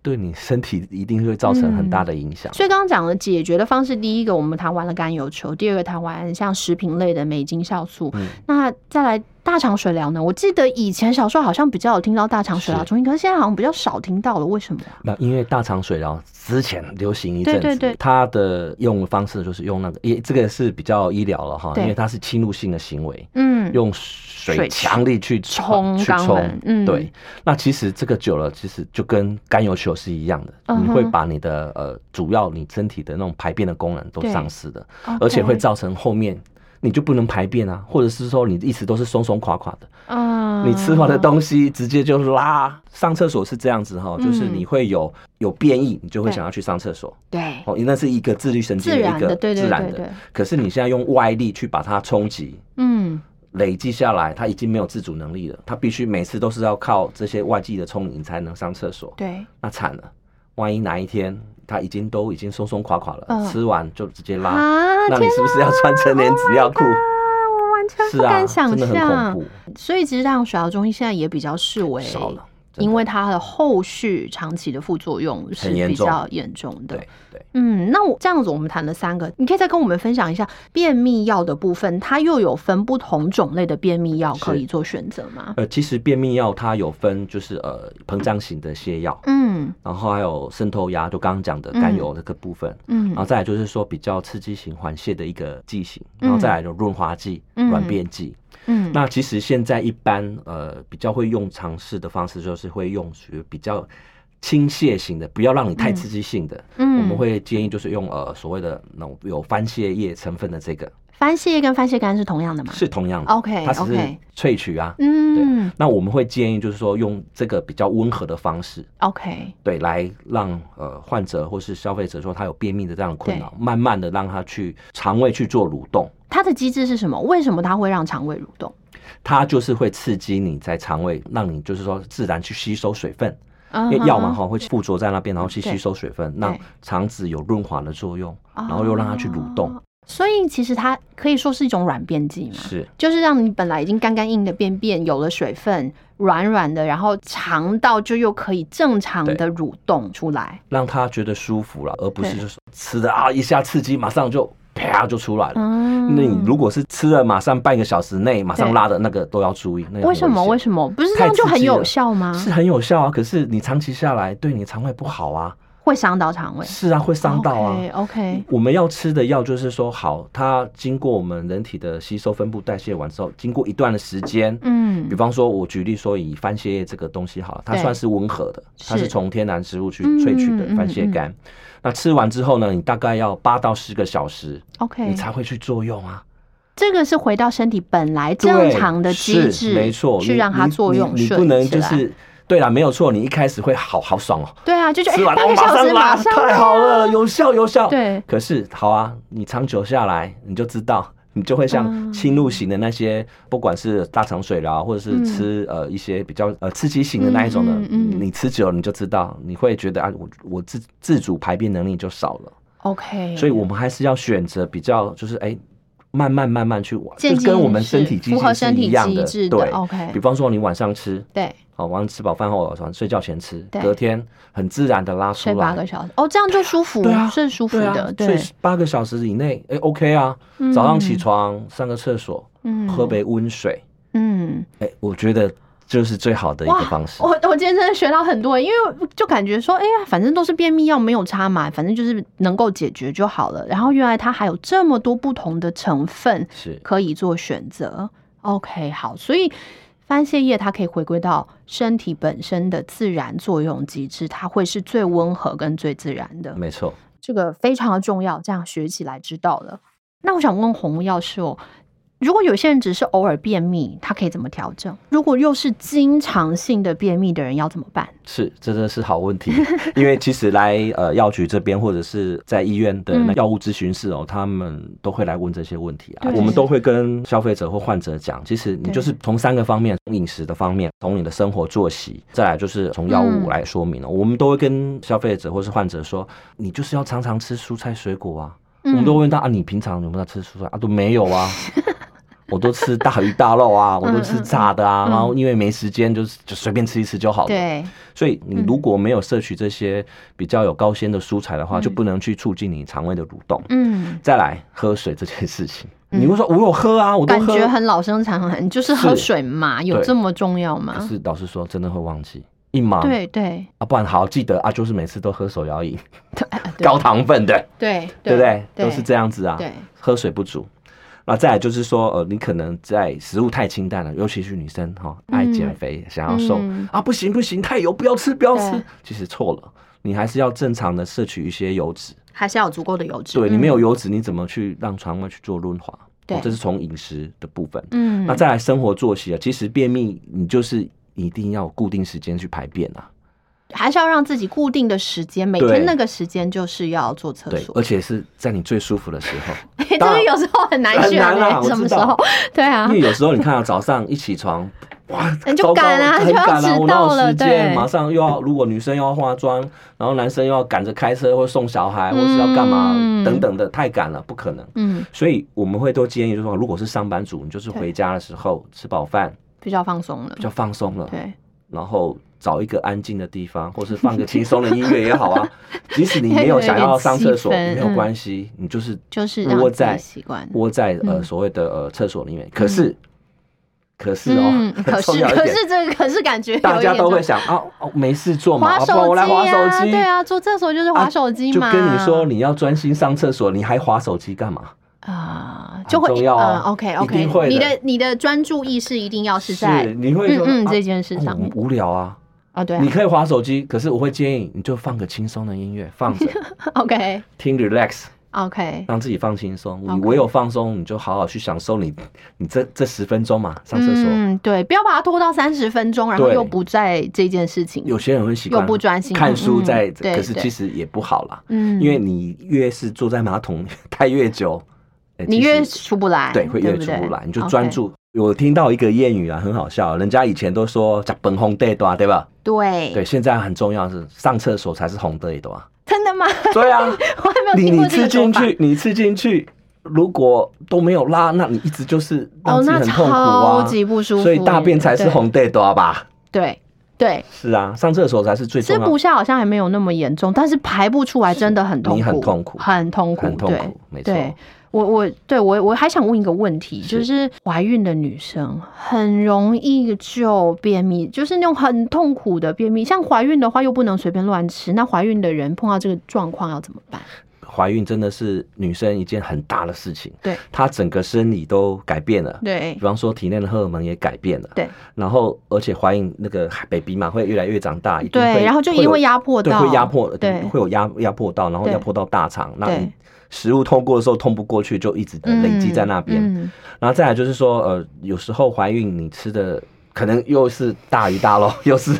[SPEAKER 2] 对你身体一定会造成很大的影响。
[SPEAKER 1] 所以刚刚讲的解决的方式，第一个我们谈完了甘油球，第二个谈完像食品类的美金酵素，
[SPEAKER 2] 嗯
[SPEAKER 1] 那再来大肠水疗呢？我记得以前小时候好像比较有听到大肠水疗啊
[SPEAKER 2] 是
[SPEAKER 1] 中心，可是现在好像比较少听到了，为什么？啊
[SPEAKER 2] 那因为大肠水疗之前流行一阵子，
[SPEAKER 1] 对对对
[SPEAKER 2] 它的用方式就是用那个，也这个是比较医疗了哈，
[SPEAKER 1] 对
[SPEAKER 2] 因为它是侵入性的行为，
[SPEAKER 1] 嗯，
[SPEAKER 2] 用水
[SPEAKER 1] 水
[SPEAKER 2] 强力去
[SPEAKER 1] 冲
[SPEAKER 2] 去
[SPEAKER 1] 肛
[SPEAKER 2] 冲
[SPEAKER 1] 门，嗯
[SPEAKER 2] 对。那其实这个久了，其实就跟甘油球是一样的，
[SPEAKER 1] 嗯哼
[SPEAKER 2] 你会把你的呃主要你身体的那种排便的功能都
[SPEAKER 1] 对
[SPEAKER 2] 丧失的，
[SPEAKER 1] OK
[SPEAKER 2] 而且会造成后面。你就不能排便啊，或者是说你一直都是松松垮垮的，
[SPEAKER 1] 嗯
[SPEAKER 2] 你吃完的东西直接就拉。上厕所是这样子哈，就是你会有有便意，你就会
[SPEAKER 1] 嗯对
[SPEAKER 2] 想要去上厕所。
[SPEAKER 1] 对
[SPEAKER 2] 哦，那是一个自律神经
[SPEAKER 1] 自
[SPEAKER 2] 的
[SPEAKER 1] 然
[SPEAKER 2] 一个
[SPEAKER 1] 的对对
[SPEAKER 2] 自然
[SPEAKER 1] 对
[SPEAKER 2] 的
[SPEAKER 1] 对
[SPEAKER 2] 可是你现在用外力去把它冲击，
[SPEAKER 1] 嗯
[SPEAKER 2] 累积下来，他已经没有自主能力了，他必须每次都是要靠这些外界的充盈才能上厕所，
[SPEAKER 1] 对
[SPEAKER 2] 那惨了，万一哪一天他已经都已经松松垮垮了，
[SPEAKER 1] 嗯
[SPEAKER 2] 吃完就直接拉，
[SPEAKER 1] 啊
[SPEAKER 2] 那你是不是要穿成年纸尿裤？
[SPEAKER 1] 我完全
[SPEAKER 2] 是啊，真的很恐
[SPEAKER 1] 所以其实大肠水疗中心现在也比较视
[SPEAKER 2] 怖，
[SPEAKER 1] 为
[SPEAKER 2] 少了，真的
[SPEAKER 1] 因为它的后续长期的副作用是
[SPEAKER 2] 很严
[SPEAKER 1] 比
[SPEAKER 2] 重
[SPEAKER 1] 较严重的。
[SPEAKER 2] 对对。
[SPEAKER 1] 嗯，那我这样子，我们谈了三个，你可以再跟我们分享一下便秘药的部分，它又有分不同种类的便秘药可以做选择吗？
[SPEAKER 2] 呃，其实便秘药它有分，就是呃膨胀型的泻药，
[SPEAKER 1] 嗯
[SPEAKER 2] 然后还有渗透压，就刚刚讲的甘油这个部分，然后
[SPEAKER 1] 嗯
[SPEAKER 2] 再来就是说比较刺激型缓泻的一个剂型，
[SPEAKER 1] 嗯
[SPEAKER 2] 然后再来就润滑剂、
[SPEAKER 1] 嗯
[SPEAKER 2] 软便剂。
[SPEAKER 1] 嗯，
[SPEAKER 2] 那其实现在一般呃比较会用尝试的方式，就是会用属于比较倾泻型的，不要让你太刺激性的。
[SPEAKER 1] 嗯
[SPEAKER 2] 我们会建议就是用呃所谓的那种有番泻叶成分的这个
[SPEAKER 1] 番泻叶跟番泻干是同样的吗？
[SPEAKER 2] 是同样的
[SPEAKER 1] 嗯哦 OK，
[SPEAKER 2] 它只是
[SPEAKER 1] OK
[SPEAKER 2] 萃取啊。
[SPEAKER 1] 嗯
[SPEAKER 2] 那我们会建议就是说用这个比较温和的方式，
[SPEAKER 1] ，OK，
[SPEAKER 2] 对，来让呃患者或是消费者说他有便秘的这样的困扰，慢慢的让他去肠胃去做蠕动，
[SPEAKER 1] 它的机制是什么？为什么它会让肠胃蠕动？
[SPEAKER 2] 它就是会刺激你在肠胃，让你就是说自然去吸收水分，
[SPEAKER 1] 嗯
[SPEAKER 2] 因为药嘛
[SPEAKER 1] 哼，
[SPEAKER 2] 哈会附着在那边，然后去
[SPEAKER 1] 对
[SPEAKER 2] 吸收水分，让肠子有润滑的作用，然后又让它去蠕动
[SPEAKER 1] 哦，所以其实它可以说是一种软便剂嘛，
[SPEAKER 2] 是
[SPEAKER 1] 就是让你本来已经干干硬的便便有了水分，软软的，然后肠道就又可以正常的蠕动出来。
[SPEAKER 2] 让他觉得舒服了，而不是
[SPEAKER 1] 对
[SPEAKER 2] 就是吃的啊一下刺激，马上就啪就出来了。
[SPEAKER 1] 嗯
[SPEAKER 2] 那你如果是吃了马上半个小时内马上
[SPEAKER 1] 对
[SPEAKER 2] 拉的那个都要注意，那个
[SPEAKER 1] 为
[SPEAKER 2] 很
[SPEAKER 1] 什么？
[SPEAKER 2] 危险
[SPEAKER 1] 为什么不是这
[SPEAKER 2] 太
[SPEAKER 1] 样就
[SPEAKER 2] 刺
[SPEAKER 1] 很
[SPEAKER 2] 激
[SPEAKER 1] 有
[SPEAKER 2] 了
[SPEAKER 1] 效吗？
[SPEAKER 2] 是很有效啊，可是你长期下来对你肠胃不好啊，
[SPEAKER 1] 会伤到肠胃，
[SPEAKER 2] 是啊，会伤到啊。
[SPEAKER 1] OK，, o k
[SPEAKER 2] 我们要吃的药就是说，好，它经过我们人体的吸收、分布、代谢完之后，经过一段的时间，
[SPEAKER 1] 嗯
[SPEAKER 2] 比，方说，我举例说以番蟹叶这个东西好了，它
[SPEAKER 1] 对
[SPEAKER 2] 算是温和的，它是
[SPEAKER 1] 是
[SPEAKER 2] 从天然植物去
[SPEAKER 1] 嗯
[SPEAKER 2] 萃取的
[SPEAKER 1] 嗯
[SPEAKER 2] 番蟹
[SPEAKER 1] 嗯嗯
[SPEAKER 2] 干。那吃完之后呢，你大概要八到十个小时，你
[SPEAKER 1] OK，
[SPEAKER 2] 才会去作用啊。
[SPEAKER 1] 这个是回到身体本来
[SPEAKER 2] 对
[SPEAKER 1] 正常的机
[SPEAKER 2] 是
[SPEAKER 1] 制，
[SPEAKER 2] 没错，
[SPEAKER 1] 去
[SPEAKER 2] 你
[SPEAKER 1] 让它
[SPEAKER 2] 你
[SPEAKER 1] 作
[SPEAKER 2] 你
[SPEAKER 1] 用
[SPEAKER 2] 你
[SPEAKER 1] 顺
[SPEAKER 2] 不能就
[SPEAKER 1] 起来
[SPEAKER 2] 是对啦，没有错，你一开始会好好爽哦，
[SPEAKER 1] 对啊，就觉
[SPEAKER 2] 吃
[SPEAKER 1] 得哎
[SPEAKER 2] 完
[SPEAKER 1] 半个
[SPEAKER 2] 我马
[SPEAKER 1] 小时
[SPEAKER 2] 上拉，
[SPEAKER 1] 马上
[SPEAKER 2] 太好了，有效有效。
[SPEAKER 1] 对
[SPEAKER 2] 可是好啊，你长久下来，你就知道，你就会像
[SPEAKER 1] 嗯
[SPEAKER 2] 侵入型的那些，不管是大肠水疗，或者是
[SPEAKER 1] 嗯
[SPEAKER 2] 吃、呃一些比较呃刺激型的那一种的，
[SPEAKER 1] 嗯嗯嗯
[SPEAKER 2] 你吃久了你就知道，你会觉得啊，我我自自主排便能力就少了，
[SPEAKER 1] OK，
[SPEAKER 2] 所以我们还是要选择比较就是哎。慢慢慢慢去玩，就
[SPEAKER 1] 渐
[SPEAKER 2] 是
[SPEAKER 1] 进
[SPEAKER 2] 跟我们
[SPEAKER 1] 式
[SPEAKER 2] 身体机
[SPEAKER 1] 符合
[SPEAKER 2] 制
[SPEAKER 1] 身
[SPEAKER 2] 是
[SPEAKER 1] 体
[SPEAKER 2] 一样
[SPEAKER 1] 机
[SPEAKER 2] 的。
[SPEAKER 1] 制的
[SPEAKER 2] 对
[SPEAKER 1] OK
[SPEAKER 2] 比方说你晚上吃，
[SPEAKER 1] 对
[SPEAKER 2] 好，晚上吃饱饭后，晚上睡觉前吃，
[SPEAKER 1] 对
[SPEAKER 2] 隔天很自然的拉出
[SPEAKER 1] 睡
[SPEAKER 2] 来。
[SPEAKER 1] 八个小时哦，这样就舒服，
[SPEAKER 2] 对啊
[SPEAKER 1] 是舒服
[SPEAKER 2] 对
[SPEAKER 1] 的，
[SPEAKER 2] 啊，所
[SPEAKER 1] 对
[SPEAKER 2] 以，八个小时以内，哎、o k 啊
[SPEAKER 1] 嗯，
[SPEAKER 2] 早上起床、上个厕所，
[SPEAKER 1] 嗯
[SPEAKER 2] 喝，杯温水，
[SPEAKER 1] 嗯。
[SPEAKER 2] 哎、我觉得就是最好的一
[SPEAKER 1] 哇，哦
[SPEAKER 2] 个方式
[SPEAKER 1] 我。我今天真的学到很多，因为就感觉说，哎呀，反正都是便秘药，没有差嘛，反正就是能够解决就好了。然后原来它还有这么多不同的成分
[SPEAKER 2] 是，
[SPEAKER 1] 可以做选择。OK，好，所以番泻叶它可以回归到身体本身的自然作用机制，它会是最温和跟最自然的。
[SPEAKER 2] 没错。
[SPEAKER 1] 这个非常的重要，这样学起来知道了。那我想问红药师哦，如果有些人只是偶尔便秘，他可以怎么调整？如果又是经常性的便秘的人，要怎么办？
[SPEAKER 2] 是，这真的是好问题， [LAUGHS] 因为其实来呃药局这边或者是在医院的那
[SPEAKER 1] 嗯
[SPEAKER 2] 药物咨询室哦，他们都会来问这些问题啊，
[SPEAKER 1] 对
[SPEAKER 2] 我们都会跟消费者或患者讲，其实你就是从三个方面，从饮食的方面，从你的生活作息，再来就是从药物
[SPEAKER 1] 嗯
[SPEAKER 2] 来说明了、哦我们都会跟消费者或是患者说，你就是要常常吃蔬菜水果啊，
[SPEAKER 1] 嗯
[SPEAKER 2] 我们都会问他啊，你平常有没有吃蔬菜啊？都没有
[SPEAKER 1] [LAUGHS]
[SPEAKER 2] 啊。我都吃大鱼大肉啊，我都吃炸的啊，
[SPEAKER 1] 嗯嗯
[SPEAKER 2] 然后因为没时间，就是就随便吃一吃就好
[SPEAKER 1] 嗯
[SPEAKER 2] 了。
[SPEAKER 1] 对，
[SPEAKER 2] 所以你
[SPEAKER 1] 嗯
[SPEAKER 2] 如果没有摄取这些比较有高纤的蔬菜的话，
[SPEAKER 1] 嗯
[SPEAKER 2] 就不能去促进你肠胃的蠕动。
[SPEAKER 1] 嗯，
[SPEAKER 2] 再来，喝水这件事情，
[SPEAKER 1] 嗯
[SPEAKER 2] 你会说我有喝啊，我都
[SPEAKER 1] 感
[SPEAKER 2] 喝。
[SPEAKER 1] 觉很老生常谈，就是喝
[SPEAKER 2] 是
[SPEAKER 1] 水嘛，有
[SPEAKER 2] 对
[SPEAKER 1] 这么重要
[SPEAKER 2] 可
[SPEAKER 1] 吗？
[SPEAKER 2] 是老实说，真的会忘记。一忙
[SPEAKER 1] 嗯对对
[SPEAKER 2] 啊，不然好记得啊，就是每次都喝手摇饮，
[SPEAKER 1] 对啊对
[SPEAKER 2] 高糖分的，
[SPEAKER 1] 对
[SPEAKER 2] 对不对？
[SPEAKER 1] 对
[SPEAKER 2] 都是这样子啊，
[SPEAKER 1] 对，
[SPEAKER 2] 喝水不足。那再来就是说，呃，你可能在食物太清淡了，尤其是女生哈、爱
[SPEAKER 1] 嗯
[SPEAKER 2] 减肥、想要瘦、
[SPEAKER 1] 嗯
[SPEAKER 2] 啊，不行不行，太油不要吃不要
[SPEAKER 1] 对
[SPEAKER 2] 吃。其实错了，你还是要正常的摄取一些油脂，
[SPEAKER 1] 还是要有足够的油脂。
[SPEAKER 2] 对你没
[SPEAKER 1] 嗯
[SPEAKER 2] 有油脂，你怎么去让肠胃去做润滑？
[SPEAKER 1] 对
[SPEAKER 2] 哦这是从饮食的部分。
[SPEAKER 1] 嗯，
[SPEAKER 2] 那再来生活作息啊，其实便秘你就是一定要有固定时间去排便啊，
[SPEAKER 1] 还是要让自己固定的时间，每
[SPEAKER 2] 对
[SPEAKER 1] 天那个时间就是要做厕
[SPEAKER 2] 对，
[SPEAKER 1] 所。
[SPEAKER 2] 而且是在你最舒服的时候。
[SPEAKER 1] [LAUGHS] 这
[SPEAKER 2] 当
[SPEAKER 1] 个
[SPEAKER 2] 然
[SPEAKER 1] 有时候很难
[SPEAKER 2] 很
[SPEAKER 1] 选、
[SPEAKER 2] 难啊
[SPEAKER 1] 欸，
[SPEAKER 2] 我
[SPEAKER 1] 什么
[SPEAKER 2] 知
[SPEAKER 1] 时
[SPEAKER 2] 道
[SPEAKER 1] 候？对啊
[SPEAKER 2] 因，为有时候你看啊，早上一起床，哇，
[SPEAKER 1] 你就
[SPEAKER 2] 糟糕
[SPEAKER 1] 赶啊
[SPEAKER 2] 很
[SPEAKER 1] 就要
[SPEAKER 2] 赶啊，
[SPEAKER 1] 迟
[SPEAKER 2] 我哪
[SPEAKER 1] 到
[SPEAKER 2] 有
[SPEAKER 1] 了
[SPEAKER 2] 时间？
[SPEAKER 1] 对
[SPEAKER 2] 马上又要，如果女生又要化妆，然后男生又要赶着开车或送小孩，或是要干嘛
[SPEAKER 1] 嗯
[SPEAKER 2] 等等的，太赶了，不可能。
[SPEAKER 1] 嗯，
[SPEAKER 2] 所以我们会都建议，就是说，如果是上班族，你就是
[SPEAKER 1] 对
[SPEAKER 2] 回家的时候吃饱饭，
[SPEAKER 1] 比较放松了
[SPEAKER 2] 比。较放松了，
[SPEAKER 1] 对，
[SPEAKER 2] 然后找一个安静的
[SPEAKER 1] [LAUGHS]
[SPEAKER 2] 地方，或是放个轻松的音乐也好啊。即使你没有想要上厕所，
[SPEAKER 1] 有点
[SPEAKER 2] 没
[SPEAKER 1] 气氛
[SPEAKER 2] 有关系，你就是
[SPEAKER 1] 就是让
[SPEAKER 2] 窝
[SPEAKER 1] 自己
[SPEAKER 2] 在
[SPEAKER 1] 习惯。
[SPEAKER 2] 窝在呃
[SPEAKER 1] 嗯
[SPEAKER 2] 所谓的呃厕所里面。可是，可是哦，
[SPEAKER 1] 嗯，
[SPEAKER 2] [LAUGHS]
[SPEAKER 1] 可
[SPEAKER 2] 很重
[SPEAKER 1] 是
[SPEAKER 2] 要一
[SPEAKER 1] 可
[SPEAKER 2] 点，
[SPEAKER 1] 是这个可是感觉有一
[SPEAKER 2] 大家
[SPEAKER 1] 点
[SPEAKER 2] 都会
[SPEAKER 1] 重
[SPEAKER 2] 想啊，哦没事做嘛，
[SPEAKER 1] 滑
[SPEAKER 2] 啊
[SPEAKER 1] 手
[SPEAKER 2] 不
[SPEAKER 1] 机
[SPEAKER 2] 然我来滑
[SPEAKER 1] 啊，
[SPEAKER 2] 手机。
[SPEAKER 1] 对啊，做厕所就是滑手机
[SPEAKER 2] 就
[SPEAKER 1] 嘛。
[SPEAKER 2] 跟你说，你要专心上厕所，你还划手机干嘛？
[SPEAKER 1] 啊，
[SPEAKER 2] 很
[SPEAKER 1] 就会
[SPEAKER 2] 重要啊
[SPEAKER 1] OK
[SPEAKER 2] 一
[SPEAKER 1] OK，
[SPEAKER 2] 定会的
[SPEAKER 1] 你的你的专注意识一定要是哦在
[SPEAKER 2] 你会
[SPEAKER 1] 嗯
[SPEAKER 2] 说
[SPEAKER 1] 嗯
[SPEAKER 2] 啊
[SPEAKER 1] 这件事
[SPEAKER 2] 哦
[SPEAKER 1] 上
[SPEAKER 2] 我
[SPEAKER 1] 面
[SPEAKER 2] 无聊啊，
[SPEAKER 1] 啊，对啊
[SPEAKER 2] 你可以划手机，可是我会建议你就放个轻松的音乐，放
[SPEAKER 1] [LAUGHS]
[SPEAKER 2] 着
[SPEAKER 1] ，OK
[SPEAKER 2] 听 relax，
[SPEAKER 1] OK，
[SPEAKER 2] 让自己放轻松。你
[SPEAKER 1] OK
[SPEAKER 2] 唯有放松，你就好好去享受你你这这十分钟嘛，上厕所。
[SPEAKER 1] 嗯，对，不要把它拖到三十分钟，然后
[SPEAKER 2] 对
[SPEAKER 1] 又不在这件事情，
[SPEAKER 2] 有些人会习惯
[SPEAKER 1] 又不专心
[SPEAKER 2] 看书
[SPEAKER 1] 嗯
[SPEAKER 2] 在，
[SPEAKER 1] 对
[SPEAKER 2] 可是
[SPEAKER 1] 对
[SPEAKER 2] 其实也不好啦，
[SPEAKER 1] 嗯，
[SPEAKER 2] 因为你越是坐在马桶 [LAUGHS] 待越久，哎
[SPEAKER 1] 你
[SPEAKER 2] 其实
[SPEAKER 1] 越出不来，
[SPEAKER 2] 对会越
[SPEAKER 1] 不
[SPEAKER 2] 出
[SPEAKER 1] 对
[SPEAKER 2] 不来，你就
[SPEAKER 1] OK
[SPEAKER 2] 专注。我听到一个谚语啊，很好笑，人家以前都说“讲本红对多”，对吧？
[SPEAKER 1] 对
[SPEAKER 2] 对，现在很重要是上厕所才是红对多。
[SPEAKER 1] 真的吗？ [LAUGHS]
[SPEAKER 2] 对啊，
[SPEAKER 1] 我还没有
[SPEAKER 2] 你
[SPEAKER 1] 听
[SPEAKER 2] 你
[SPEAKER 1] 过这
[SPEAKER 2] 吃
[SPEAKER 1] 个说
[SPEAKER 2] 进
[SPEAKER 1] 法。
[SPEAKER 2] 去，你吃进去，如果都没有拉，那你一直就是让
[SPEAKER 1] 哦，
[SPEAKER 2] 自己
[SPEAKER 1] 那
[SPEAKER 2] 很痛苦啊，
[SPEAKER 1] 超级不舒服，
[SPEAKER 2] 所以大便才是红对多吧？
[SPEAKER 1] 对。对
[SPEAKER 2] 是啊，上厕所才是最
[SPEAKER 1] 对，吃
[SPEAKER 2] 重要
[SPEAKER 1] 不下好像还没有那么严重，但是排不出来真的很痛苦，
[SPEAKER 2] 你很痛苦
[SPEAKER 1] 很痛苦，
[SPEAKER 2] 很痛
[SPEAKER 1] 对
[SPEAKER 2] 苦，没错
[SPEAKER 1] 对。我我对我我还想问一个问题，
[SPEAKER 2] 是
[SPEAKER 1] 就是怀孕的女生很容易就便秘，就是那种很痛苦的便秘。像怀孕的话又不能随便乱吃，那怀孕的人碰到这个状况要怎么办？
[SPEAKER 2] 怀孕真的是女生一件很大的事情，
[SPEAKER 1] 对
[SPEAKER 2] 她整个生理都改变了。
[SPEAKER 1] 对
[SPEAKER 2] 比方说，体内的荷尔蒙也改变了，
[SPEAKER 1] 对
[SPEAKER 2] 然后而且怀孕那个 baby 嘛，会越来越长大，一定会
[SPEAKER 1] 对，然后就
[SPEAKER 2] 会
[SPEAKER 1] 一定
[SPEAKER 2] 有
[SPEAKER 1] 会压迫
[SPEAKER 2] 对，
[SPEAKER 1] 到，
[SPEAKER 2] 会压迫，
[SPEAKER 1] 对
[SPEAKER 2] 会有压压迫到，然后
[SPEAKER 1] 对
[SPEAKER 2] 压迫到大肠，那
[SPEAKER 1] 对
[SPEAKER 2] 你食物通过的时候通不过去，就一直
[SPEAKER 1] 嗯
[SPEAKER 2] 累积在那边。
[SPEAKER 1] 嗯
[SPEAKER 2] 然后再来就是说，呃，有时候怀孕你吃的可能又是大鱼大肉， [LAUGHS]
[SPEAKER 1] [LAUGHS]
[SPEAKER 2] 又是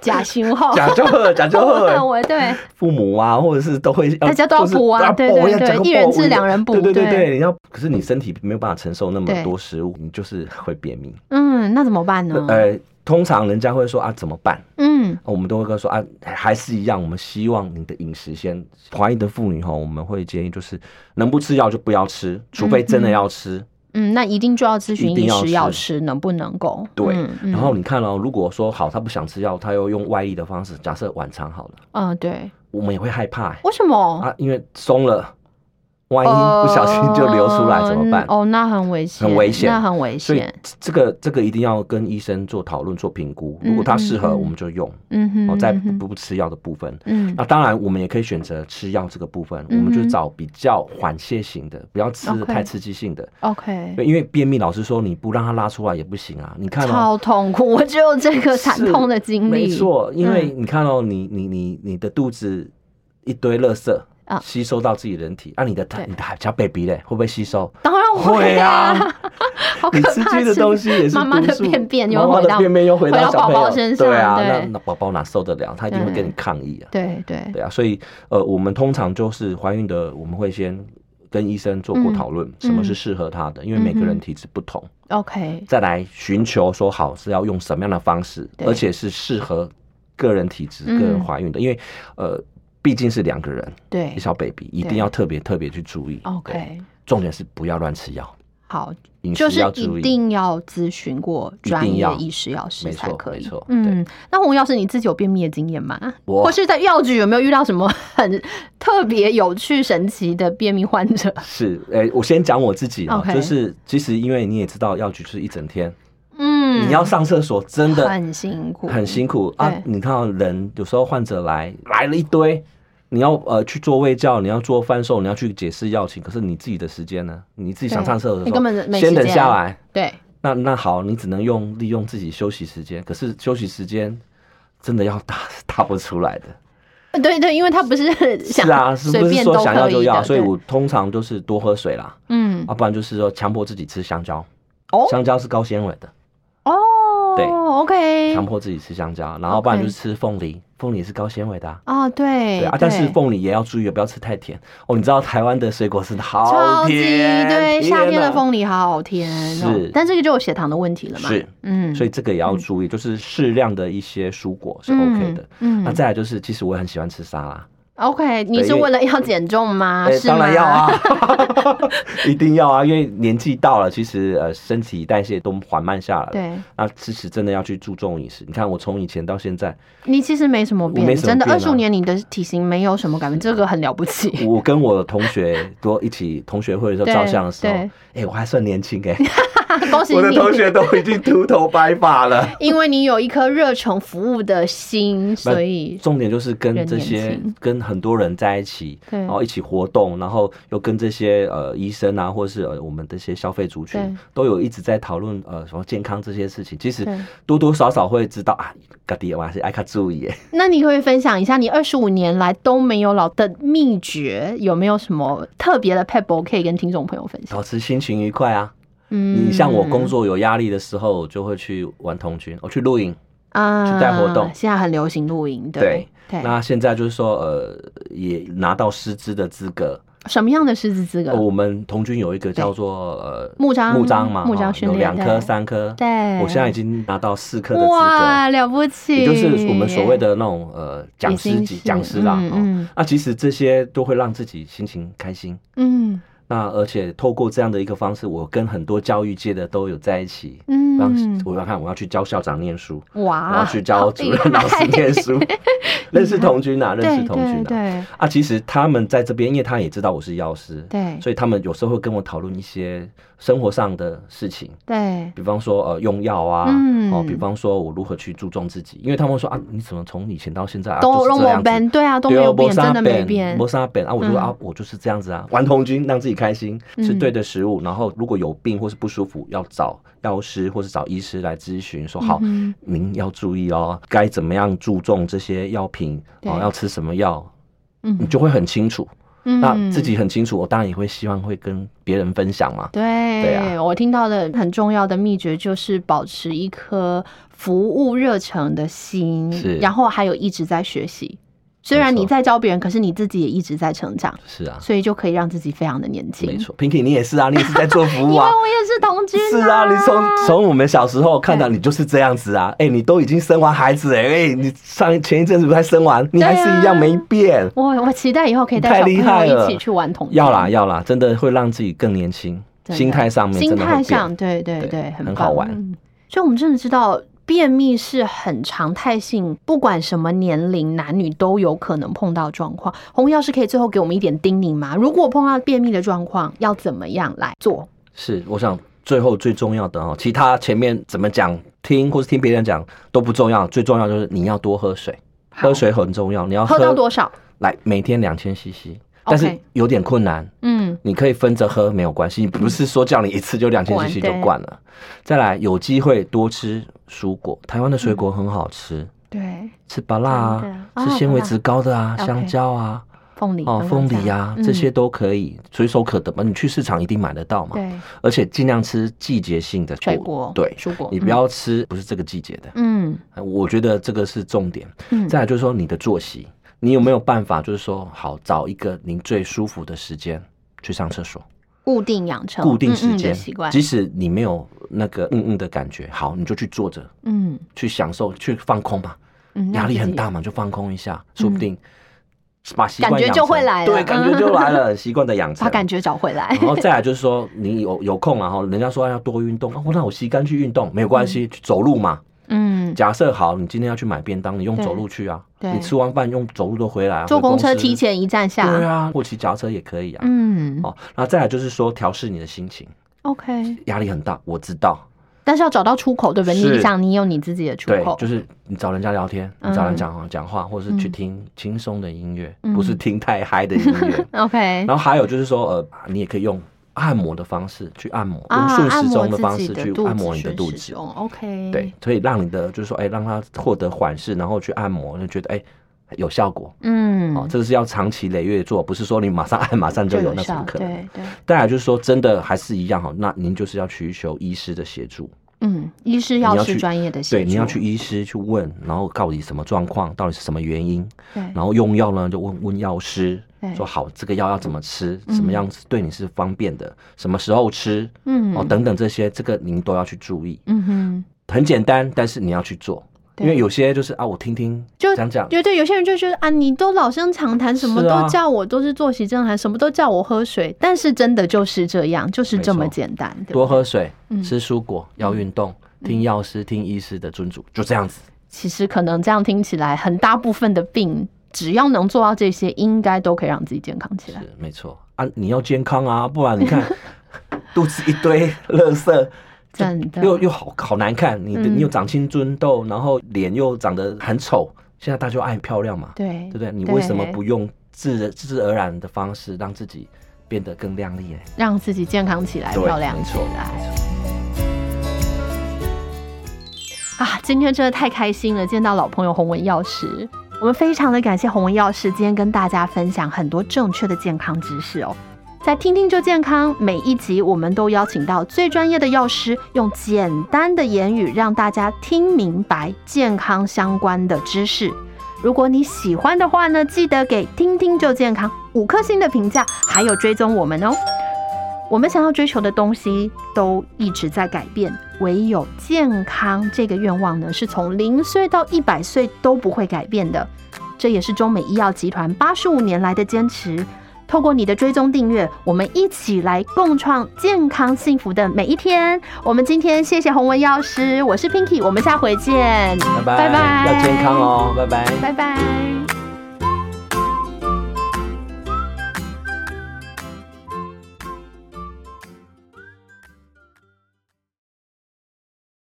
[SPEAKER 1] 假胸
[SPEAKER 2] [LAUGHS]
[SPEAKER 1] 号，
[SPEAKER 2] 假就
[SPEAKER 1] [LAUGHS]
[SPEAKER 2] 喝，假就喝，
[SPEAKER 1] 我对
[SPEAKER 2] 父母啊，或者是都会
[SPEAKER 1] 哦大家都要
[SPEAKER 2] 就是
[SPEAKER 1] 补啊
[SPEAKER 2] 大家
[SPEAKER 1] 对
[SPEAKER 2] 补
[SPEAKER 1] 对
[SPEAKER 2] 要
[SPEAKER 1] 对
[SPEAKER 2] 讲个
[SPEAKER 1] 一人
[SPEAKER 2] 补
[SPEAKER 1] 治
[SPEAKER 2] 要
[SPEAKER 1] 两人补
[SPEAKER 2] 对对对
[SPEAKER 1] 对
[SPEAKER 2] 对，你要可是你身体没有办法承受那
[SPEAKER 1] 对
[SPEAKER 2] 么多食物，你就是会便秘。
[SPEAKER 1] [LAUGHS] 嗯，那怎么办呢？
[SPEAKER 2] 呃，通常人家会说啊，怎么办？
[SPEAKER 1] 嗯，
[SPEAKER 2] 我们都会跟他说啊，还是一样，我们希望你的饮食先。怀孕的妇女哈，我们会建议就是能不吃药就不要吃，除非真的要吃。
[SPEAKER 1] 嗯，那一定就要咨询
[SPEAKER 2] 一定
[SPEAKER 1] 医
[SPEAKER 2] 要
[SPEAKER 1] 师药
[SPEAKER 2] 吃
[SPEAKER 1] 师能不能够
[SPEAKER 2] 对
[SPEAKER 1] 嗯嗯
[SPEAKER 2] 然后你看哦，如果说好，她不想吃药，她又用外力的方式，假设晚餐好了，
[SPEAKER 1] 嗯，对，
[SPEAKER 2] 我们也会害怕、欸、
[SPEAKER 1] 为什么？
[SPEAKER 2] 啊，因为松了，万一不小心就流出来怎么办？
[SPEAKER 1] 哦，那很危险，
[SPEAKER 2] 很危险
[SPEAKER 1] 那很危
[SPEAKER 2] 所以
[SPEAKER 1] 险。
[SPEAKER 2] 这个这个一定要跟医生做讨论、做评估。如果它适
[SPEAKER 1] 嗯嗯
[SPEAKER 2] 合，
[SPEAKER 1] 嗯
[SPEAKER 2] 我们就用。
[SPEAKER 1] 嗯哼，
[SPEAKER 2] 哦，在
[SPEAKER 1] 嗯哼
[SPEAKER 2] 不啊不吃药的部分，
[SPEAKER 1] 嗯
[SPEAKER 2] 那当然，我们也可以选择吃药这个部分，我们
[SPEAKER 1] 嗯
[SPEAKER 2] 就
[SPEAKER 1] 哼
[SPEAKER 2] 找比较缓泻型的，不要吃的
[SPEAKER 1] OK
[SPEAKER 2] 太刺激性的。
[SPEAKER 1] ，OK，
[SPEAKER 2] 对，因为便秘，老师说你不让它拉出来也不行啊。你看哦，
[SPEAKER 1] 超痛苦，我只有这个惨
[SPEAKER 2] 是
[SPEAKER 1] 痛的经历。
[SPEAKER 2] 没错，因为
[SPEAKER 1] 嗯
[SPEAKER 2] 你看哦，你你你你的肚子一堆垃圾
[SPEAKER 1] 啊
[SPEAKER 2] 吸收到自己人体，啊，你的
[SPEAKER 1] 对
[SPEAKER 2] 你的小 baby 嘞，会不会吸收？
[SPEAKER 1] 当然
[SPEAKER 2] 会
[SPEAKER 1] 啊
[SPEAKER 2] 啊，
[SPEAKER 1] 好可
[SPEAKER 2] 你
[SPEAKER 1] 怕！
[SPEAKER 2] 吃进的东西也是
[SPEAKER 1] 妈妈的
[SPEAKER 2] 毒素
[SPEAKER 1] 便便又
[SPEAKER 2] 妈妈
[SPEAKER 1] 回到
[SPEAKER 2] 的便便又回
[SPEAKER 1] 回到
[SPEAKER 2] 到小
[SPEAKER 1] 宝
[SPEAKER 2] 朋
[SPEAKER 1] 宝
[SPEAKER 2] 友
[SPEAKER 1] 身
[SPEAKER 2] 对啊，
[SPEAKER 1] 上对
[SPEAKER 2] 那那宝宝哪受得了？他一定会跟你
[SPEAKER 1] 对
[SPEAKER 2] 抗议啊。
[SPEAKER 1] 对对，
[SPEAKER 2] 对啊，所以呃，我们通常就是怀孕的，我们会先跟医生做过
[SPEAKER 1] 嗯
[SPEAKER 2] 讨论，什么是适合她的，因为每个人体质不同，
[SPEAKER 1] OK，
[SPEAKER 2] 再来寻求说好是要用什么样的方式，
[SPEAKER 1] 对嗯
[SPEAKER 2] 而且是适合个人体质、个人怀孕的，因为呃，毕竟是两个人，
[SPEAKER 1] 对
[SPEAKER 2] 小 baby 一定
[SPEAKER 1] 对
[SPEAKER 2] 要特别特别去注意。对
[SPEAKER 1] ，OK，
[SPEAKER 2] 重点是不要乱吃药，
[SPEAKER 1] 好，
[SPEAKER 2] 饮
[SPEAKER 1] 就
[SPEAKER 2] 食
[SPEAKER 1] 是
[SPEAKER 2] 要注
[SPEAKER 1] 一
[SPEAKER 2] 意。
[SPEAKER 1] 定要咨询过专
[SPEAKER 2] 一定
[SPEAKER 1] 业
[SPEAKER 2] 要
[SPEAKER 1] 医师药师
[SPEAKER 2] 没错
[SPEAKER 1] 才可以。
[SPEAKER 2] 没错
[SPEAKER 1] 嗯，那洪药师你自己有便秘的经验吗？
[SPEAKER 2] 我
[SPEAKER 1] 或是在药局有没有遇到什么很特别有趣、神奇的便秘患
[SPEAKER 2] [LAUGHS]
[SPEAKER 1] 者？
[SPEAKER 2] 是，诶、我先讲我自己啊
[SPEAKER 1] OK
[SPEAKER 2] 就是其实因为你也知道，药局是一整天，
[SPEAKER 1] 嗯，
[SPEAKER 2] 你要上厕所真的
[SPEAKER 1] 很辛苦，
[SPEAKER 2] 很辛苦啊
[SPEAKER 1] 对！
[SPEAKER 2] 你看到人有时候患者来来了一堆，你要呃去做胃教，你要做贩售，你要去解释药情，可是你自己的时间呢？你自己想上厕所的
[SPEAKER 1] 你
[SPEAKER 2] 时
[SPEAKER 1] 根
[SPEAKER 2] 候，
[SPEAKER 1] 本没时
[SPEAKER 2] 先
[SPEAKER 1] 间
[SPEAKER 2] 等下来。
[SPEAKER 1] 对，
[SPEAKER 2] 那那好，你只能用利用自己休息时间，可是休息时间真的要打打不出来的。
[SPEAKER 1] 呃对对，因为他不是想
[SPEAKER 2] 是啊，是不
[SPEAKER 1] 随
[SPEAKER 2] 是
[SPEAKER 1] 便
[SPEAKER 2] 说
[SPEAKER 1] 都
[SPEAKER 2] 想要
[SPEAKER 1] 可
[SPEAKER 2] 就
[SPEAKER 1] 以
[SPEAKER 2] 要？
[SPEAKER 1] 的，
[SPEAKER 2] 所以
[SPEAKER 1] 对
[SPEAKER 2] 我通常都是多喝水啦，啊
[SPEAKER 1] 嗯
[SPEAKER 2] 要不然就是说强迫自己吃香蕉。
[SPEAKER 1] 哦
[SPEAKER 2] 香蕉是高纤维的，
[SPEAKER 1] 哦，
[SPEAKER 2] 对
[SPEAKER 1] ，OK，
[SPEAKER 2] 强迫自己吃香蕉，然后不然就
[SPEAKER 1] OK
[SPEAKER 2] 是吃凤梨，凤梨也是高纤维的啊。
[SPEAKER 1] 啊，对
[SPEAKER 2] 对啊，但是凤梨也要注意，不要吃太甜哦。你知道台湾的水果是
[SPEAKER 1] 超
[SPEAKER 2] 好
[SPEAKER 1] 级
[SPEAKER 2] 甜，
[SPEAKER 1] 对，夏天的
[SPEAKER 2] 哪，
[SPEAKER 1] 凤梨好甜哦，
[SPEAKER 2] 是
[SPEAKER 1] 但这个就有血糖的问题了嘛，
[SPEAKER 2] 是，
[SPEAKER 1] 嗯，
[SPEAKER 2] 所以这个也要注意，就是适量的一些蔬果是 OK 的。
[SPEAKER 1] 嗯
[SPEAKER 2] 那再来就是，其实我也很喜欢吃沙拉，
[SPEAKER 1] OK，你
[SPEAKER 2] 对
[SPEAKER 1] 是
[SPEAKER 2] 因为
[SPEAKER 1] 为了要减重吗？
[SPEAKER 2] 哎
[SPEAKER 1] 是吗
[SPEAKER 2] 当然要。
[SPEAKER 1] [LAUGHS]
[SPEAKER 2] 啊，一定要啊，因为年纪到了，其实呃身体代谢都缓慢下来了。
[SPEAKER 1] 对
[SPEAKER 2] 那其实真的要去注重饮食。你看我从以前到现在，
[SPEAKER 1] 你其实没什么变，
[SPEAKER 2] 我没什么
[SPEAKER 1] 真的
[SPEAKER 2] 变
[SPEAKER 1] 二
[SPEAKER 2] 啊
[SPEAKER 1] 十五年你的体型没有什么改变，这个很了不
[SPEAKER 2] [LAUGHS]
[SPEAKER 1] 起。
[SPEAKER 2] 我跟我同
[SPEAKER 1] [LAUGHS]
[SPEAKER 2] 学多一起同学会的时候
[SPEAKER 1] 对
[SPEAKER 2] 照相的时候，
[SPEAKER 1] 对
[SPEAKER 2] 哎、我还算年轻哎、
[SPEAKER 1] [LAUGHS] 恭喜
[SPEAKER 2] 我的
[SPEAKER 1] 你，
[SPEAKER 2] 同学都已经秃头白发了。
[SPEAKER 1] 因为你有一颗热诚服务的心，所以
[SPEAKER 2] 重点就是跟
[SPEAKER 1] 人
[SPEAKER 2] 这
[SPEAKER 1] 年
[SPEAKER 2] 些
[SPEAKER 1] 轻
[SPEAKER 2] 跟很多人在一起，
[SPEAKER 1] 对
[SPEAKER 2] 然后一起活动，然后又跟这些呃医生啊，或者是呃我们这些消费族
[SPEAKER 1] 对
[SPEAKER 2] 群，都有一直在讨论呃什么健康这些事情。其实
[SPEAKER 1] 对
[SPEAKER 2] 多多少少会知道啊，嘎迪我还是爱看注
[SPEAKER 1] [LAUGHS]
[SPEAKER 2] 意耶。
[SPEAKER 1] 那你会分享一下你二十五年来都没有老的秘诀，有没有什么特别的 pebble 可以跟听众朋友分享？
[SPEAKER 2] 保持心情愉快啊！
[SPEAKER 1] 嗯
[SPEAKER 2] 哦你像我工作有压力的时候，我就会去玩童军，我去露营。
[SPEAKER 1] 啊
[SPEAKER 2] 去带活动
[SPEAKER 1] 现在很流行露营，对对。
[SPEAKER 2] 那现在就是说呃，也拿到师资的资格。
[SPEAKER 1] 什么样的师资资格
[SPEAKER 2] 呃？我们童军有一个叫做呃
[SPEAKER 1] 木章
[SPEAKER 2] 木章嘛，
[SPEAKER 1] 木章
[SPEAKER 2] 哈
[SPEAKER 1] 训
[SPEAKER 2] 有
[SPEAKER 1] 练
[SPEAKER 2] 两
[SPEAKER 1] 对
[SPEAKER 2] 科三科，
[SPEAKER 1] 对
[SPEAKER 2] 我现在已经拿到四科的资格，
[SPEAKER 1] 哇，了不起！
[SPEAKER 2] 也就是我们所谓的那种呃讲
[SPEAKER 1] 已
[SPEAKER 2] 师
[SPEAKER 1] 经
[SPEAKER 2] 级
[SPEAKER 1] 是
[SPEAKER 2] 讲师啦。哦
[SPEAKER 1] 嗯
[SPEAKER 2] 哈
[SPEAKER 1] 嗯
[SPEAKER 2] 那其实这些都会让自己心情开心，
[SPEAKER 1] 嗯，
[SPEAKER 2] 那而且透过这样的一个方式，我跟很多教育界的都有在一起。让
[SPEAKER 1] 嗯，
[SPEAKER 2] 我要看，我要去教校长念书，我要
[SPEAKER 1] 哇，
[SPEAKER 2] 去教主任老
[SPEAKER 1] 好
[SPEAKER 2] 师
[SPEAKER 1] 厉害 [LAUGHS]
[SPEAKER 2] 念书，认识同军啊，认识
[SPEAKER 1] 对
[SPEAKER 2] 同
[SPEAKER 1] 对
[SPEAKER 2] 军啊。
[SPEAKER 1] 对
[SPEAKER 2] 啊，其实他们在这边，因为他也知道我是药师，
[SPEAKER 1] 对
[SPEAKER 2] 所以他们有时候会跟我讨论一些生活上的事情，
[SPEAKER 1] 对，
[SPEAKER 2] 比方说呃用药啊，
[SPEAKER 1] 嗯
[SPEAKER 2] 哦，比方说我如何去注重自己，因为他们会说啊，你怎么从以前到现在啊
[SPEAKER 1] 都
[SPEAKER 2] 就是
[SPEAKER 1] 让
[SPEAKER 2] 这
[SPEAKER 1] 我
[SPEAKER 2] 样子
[SPEAKER 1] 变，对啊，都没
[SPEAKER 2] 对
[SPEAKER 1] 有
[SPEAKER 2] 哦没
[SPEAKER 1] 变，
[SPEAKER 2] 啥
[SPEAKER 1] 真的没
[SPEAKER 2] 变
[SPEAKER 1] 变
[SPEAKER 2] 没。啥变啊！我就说、
[SPEAKER 1] 嗯
[SPEAKER 2] 啊，我就是这样子啊，玩童军，让自己开心，
[SPEAKER 1] 嗯
[SPEAKER 2] 吃对的食物，然后如果有病或是不舒服，要找药师或是找医师来咨询，说好，
[SPEAKER 1] 嗯
[SPEAKER 2] 您要注意哦，该怎么样注重这些药品哦，
[SPEAKER 1] 对
[SPEAKER 2] 要吃什么药，
[SPEAKER 1] 哼
[SPEAKER 2] 你就会很清楚。
[SPEAKER 1] 嗯
[SPEAKER 2] 那自己很清楚，我当然也会希望会跟别人分享嘛。
[SPEAKER 1] 对，
[SPEAKER 2] 对啊
[SPEAKER 1] 我听到的很重要的秘诀就是保持一颗服务热忱的心
[SPEAKER 2] 是，
[SPEAKER 1] 然后还有一直在学习。虽然
[SPEAKER 2] 没错
[SPEAKER 1] 你在教别人，可是你自己也一直在成长，
[SPEAKER 2] 是啊，
[SPEAKER 1] 所以就可以让自己非常的年轻。
[SPEAKER 2] 没，错，Pinky 你也是啊，你也是在做服
[SPEAKER 1] [LAUGHS] 因
[SPEAKER 2] 务
[SPEAKER 1] 为
[SPEAKER 2] 啊。
[SPEAKER 1] 我也是童军、
[SPEAKER 2] 是啊，你从从我们小时候看到
[SPEAKER 1] 对
[SPEAKER 2] 你就是这样子啊，哎、你都已经生完孩子哎、哎、你上前一阵子才生完，你还是一样没变。
[SPEAKER 1] 我我期待以后可以带
[SPEAKER 2] 太
[SPEAKER 1] 小
[SPEAKER 2] 厉害
[SPEAKER 1] 朋友一
[SPEAKER 2] 了
[SPEAKER 1] 起去玩童军
[SPEAKER 2] 要啦，要啦，真的会让自己更年轻，
[SPEAKER 1] 真的
[SPEAKER 2] 心态上面
[SPEAKER 1] 心
[SPEAKER 2] 真的
[SPEAKER 1] 态
[SPEAKER 2] 会
[SPEAKER 1] 上
[SPEAKER 2] 变。
[SPEAKER 1] 对对
[SPEAKER 2] 对
[SPEAKER 1] 对，很
[SPEAKER 2] 很好
[SPEAKER 1] 棒
[SPEAKER 2] 玩
[SPEAKER 1] 嗯所以，我们真的知道，便秘是很常态性，不管什么年龄、男女都有可能碰到状况。红药师可以最后给我们一点叮咛吗？如果碰到便秘的状况，要怎么样来做？
[SPEAKER 2] 是，我想最后最重要的哦，其他前面怎么讲，听或是听别人讲都不重要，最重要就是你要多喝水，
[SPEAKER 1] 好
[SPEAKER 2] 喝水很重要。你要
[SPEAKER 1] 喝到多少？
[SPEAKER 2] 来，每天两千 CC，但是有点困难。
[SPEAKER 1] 嗯，
[SPEAKER 2] 你可以分着喝，没有关系，不是说叫你一次就两千
[SPEAKER 1] 管
[SPEAKER 2] CC
[SPEAKER 1] 对
[SPEAKER 2] 就灌了。再来，有机会多吃蔬果，台湾的水果很好吃，
[SPEAKER 1] 对，
[SPEAKER 2] 吃芭辣啊
[SPEAKER 1] 嗯真，的哦
[SPEAKER 2] 吃纤维质高的啊，
[SPEAKER 1] 芭乐
[SPEAKER 2] 香
[SPEAKER 1] OK
[SPEAKER 2] 蕉啊，
[SPEAKER 1] 凤梨
[SPEAKER 2] 哦，
[SPEAKER 1] 刚刚
[SPEAKER 2] 凤梨
[SPEAKER 1] 讲
[SPEAKER 2] 啊，
[SPEAKER 1] 嗯
[SPEAKER 2] 这些都可以随手可得嘛，你去市场一定买得到嘛。
[SPEAKER 1] 对
[SPEAKER 2] 而且尽量吃季节性的
[SPEAKER 1] 水果
[SPEAKER 2] 对，
[SPEAKER 1] 蔬果，
[SPEAKER 2] 你不要吃不是这个季节的。哎
[SPEAKER 1] 嗯
[SPEAKER 2] 我觉得这个是重点。
[SPEAKER 1] 嗯
[SPEAKER 2] 再来就是说你的作息，你有没有办法就是说好找一个您最舒服的时间去上厕所，
[SPEAKER 1] 固定养成
[SPEAKER 2] 固定
[SPEAKER 1] 嗯嗯
[SPEAKER 2] 时
[SPEAKER 1] 的
[SPEAKER 2] 间
[SPEAKER 1] 习惯，，
[SPEAKER 2] 即使你没有那个嗯嗯的感觉，好，你就去坐着，
[SPEAKER 1] 嗯
[SPEAKER 2] 去享受，去放空吧。
[SPEAKER 1] 嗯，让
[SPEAKER 2] 压力
[SPEAKER 1] 自
[SPEAKER 2] 很
[SPEAKER 1] 己嗯
[SPEAKER 2] 大嘛，就放空一下，说不定把习惯
[SPEAKER 1] 感觉
[SPEAKER 2] 养
[SPEAKER 1] 就
[SPEAKER 2] 成
[SPEAKER 1] 会来了
[SPEAKER 2] 对，感觉就来
[SPEAKER 1] [LAUGHS]
[SPEAKER 2] 了，习惯的养成
[SPEAKER 1] 把。感觉找回来
[SPEAKER 2] 然。后再来就是说，你有有空然后人家说要多运动，哦，那我吸干去运动没有关系，去走路嘛。
[SPEAKER 1] 嗯， [LAUGHS]
[SPEAKER 2] 假设好，你今天要去买便当，你用
[SPEAKER 1] 对
[SPEAKER 2] 走路去啊，
[SPEAKER 1] 对
[SPEAKER 2] 你吃完饭用走路都回来啊，
[SPEAKER 1] 坐
[SPEAKER 2] 回公
[SPEAKER 1] 公车
[SPEAKER 2] 司
[SPEAKER 1] 提前一站下，
[SPEAKER 2] 对啊，或骑脚踏车也可以啊。
[SPEAKER 1] 嗯
[SPEAKER 2] 哦，那再来就是说调试你的心情，
[SPEAKER 1] ，OK，
[SPEAKER 2] 压力很大，我知道，
[SPEAKER 1] 但是要找到出口，对不对？
[SPEAKER 2] 是
[SPEAKER 1] 你想，你有你自己的出
[SPEAKER 2] 对，
[SPEAKER 1] 口，
[SPEAKER 2] 就是你找人家聊天，你找
[SPEAKER 1] 嗯
[SPEAKER 2] 人讲啊讲话，或者是去
[SPEAKER 1] 嗯
[SPEAKER 2] 听轻松的音乐，
[SPEAKER 1] 嗯
[SPEAKER 2] 不是听太嗨的音
[SPEAKER 1] [LAUGHS]
[SPEAKER 2] 乐。
[SPEAKER 1] OK，
[SPEAKER 2] 然后还有就是说，呃，你也可以用按摩的方式去按摩，用
[SPEAKER 1] 啊，
[SPEAKER 2] 顺
[SPEAKER 1] 按
[SPEAKER 2] 时
[SPEAKER 1] 摩
[SPEAKER 2] 钟
[SPEAKER 1] 自
[SPEAKER 2] 的方
[SPEAKER 1] 己
[SPEAKER 2] 式去
[SPEAKER 1] 肚
[SPEAKER 2] 按
[SPEAKER 1] 子
[SPEAKER 2] 摩你的
[SPEAKER 1] 顺
[SPEAKER 2] 肚
[SPEAKER 1] 时
[SPEAKER 2] 子
[SPEAKER 1] 钟，，OK，嗯
[SPEAKER 2] 对，，所以让你的就是说，哎，让它获得缓释，然后去按摩，就觉得哎有效果。
[SPEAKER 1] 嗯，
[SPEAKER 2] 哦，这个是要长期累月做，不是说你马上按马上就有，那是
[SPEAKER 1] 效，
[SPEAKER 2] 不可能。
[SPEAKER 1] 对对，
[SPEAKER 2] 再来就是说，真的还是一样哈，那您就是要寻求医师的协助，
[SPEAKER 1] 嗯，医师
[SPEAKER 2] 你
[SPEAKER 1] 药
[SPEAKER 2] 要
[SPEAKER 1] 师
[SPEAKER 2] 去
[SPEAKER 1] 专业的协
[SPEAKER 2] 对，你要
[SPEAKER 1] 助
[SPEAKER 2] 去，医师去问，然后到底什么状况，到底是什么原因，
[SPEAKER 1] 对，
[SPEAKER 2] 然后用药呢，就问问药师
[SPEAKER 1] 对，
[SPEAKER 2] 说好这个药要怎么吃，
[SPEAKER 1] 嗯
[SPEAKER 2] 什么样子对你是方便的，什么时候吃，
[SPEAKER 1] 嗯，
[SPEAKER 2] 哦，等等这些，这个您都要去注意。
[SPEAKER 1] 嗯哼，
[SPEAKER 2] 很简单，但是你要去做，
[SPEAKER 1] 对
[SPEAKER 2] 因为有些就是啊，我听听
[SPEAKER 1] 就
[SPEAKER 2] 讲讲，
[SPEAKER 1] 对对，有些人就觉得啊，你都老生常谈，什么
[SPEAKER 2] 是啊
[SPEAKER 1] 都叫我，都是作息正常，什么都叫我喝水，但是真的就是这样，就是这么
[SPEAKER 2] 没错
[SPEAKER 1] 简单，对不
[SPEAKER 2] 多
[SPEAKER 1] 对
[SPEAKER 2] 喝水
[SPEAKER 1] 嗯，
[SPEAKER 2] 吃蔬果，要运动，听药师、听医师的遵嘱，就这样子。
[SPEAKER 1] 其实可能这样听起来，很大部分的病，只要能做到这些，应该都可以让自己健康起来。
[SPEAKER 2] 是没错啊，你要健康啊， [LAUGHS] 不然你看肚子一堆垃圾。就
[SPEAKER 1] 真的
[SPEAKER 2] 又又好好难看，你的
[SPEAKER 1] 嗯
[SPEAKER 2] 你又长青春痘，然后脸又长得很丑，现在大家都爱漂亮嘛，
[SPEAKER 1] 对
[SPEAKER 2] 对不对？你为什么不用自自而然的方式让自己变得更靓丽呢？
[SPEAKER 1] 让自己健康起来、
[SPEAKER 2] 对
[SPEAKER 1] 漂亮
[SPEAKER 2] 没
[SPEAKER 1] 起
[SPEAKER 2] 错
[SPEAKER 1] 来？啊，今天真的太开心了，见到老朋友洪文药师。我们非常的感谢洪文药师今天跟大家分享很多正确的健康知识哦。在听听就健康每一集，我们都邀请到最专业的药师，用简单的言语让大家听明白健康相关的知识。如果你喜欢的话呢，记得给听听就健康五颗星的评价，还有追踪我们哦。我们想要追求的东西都一直在改变，唯有健康这个愿望呢，是从零岁到一百岁都不会改变的。这也是中美医药集团八十五年来的坚持。透过你的追踪订阅，我们一起来共创健康幸福的每一天。我们今天谢谢洪文药师，我是 Pinky，我们下回见，
[SPEAKER 2] 拜
[SPEAKER 1] 拜拜
[SPEAKER 2] 要健康哦，拜拜。
[SPEAKER 1] 拜拜。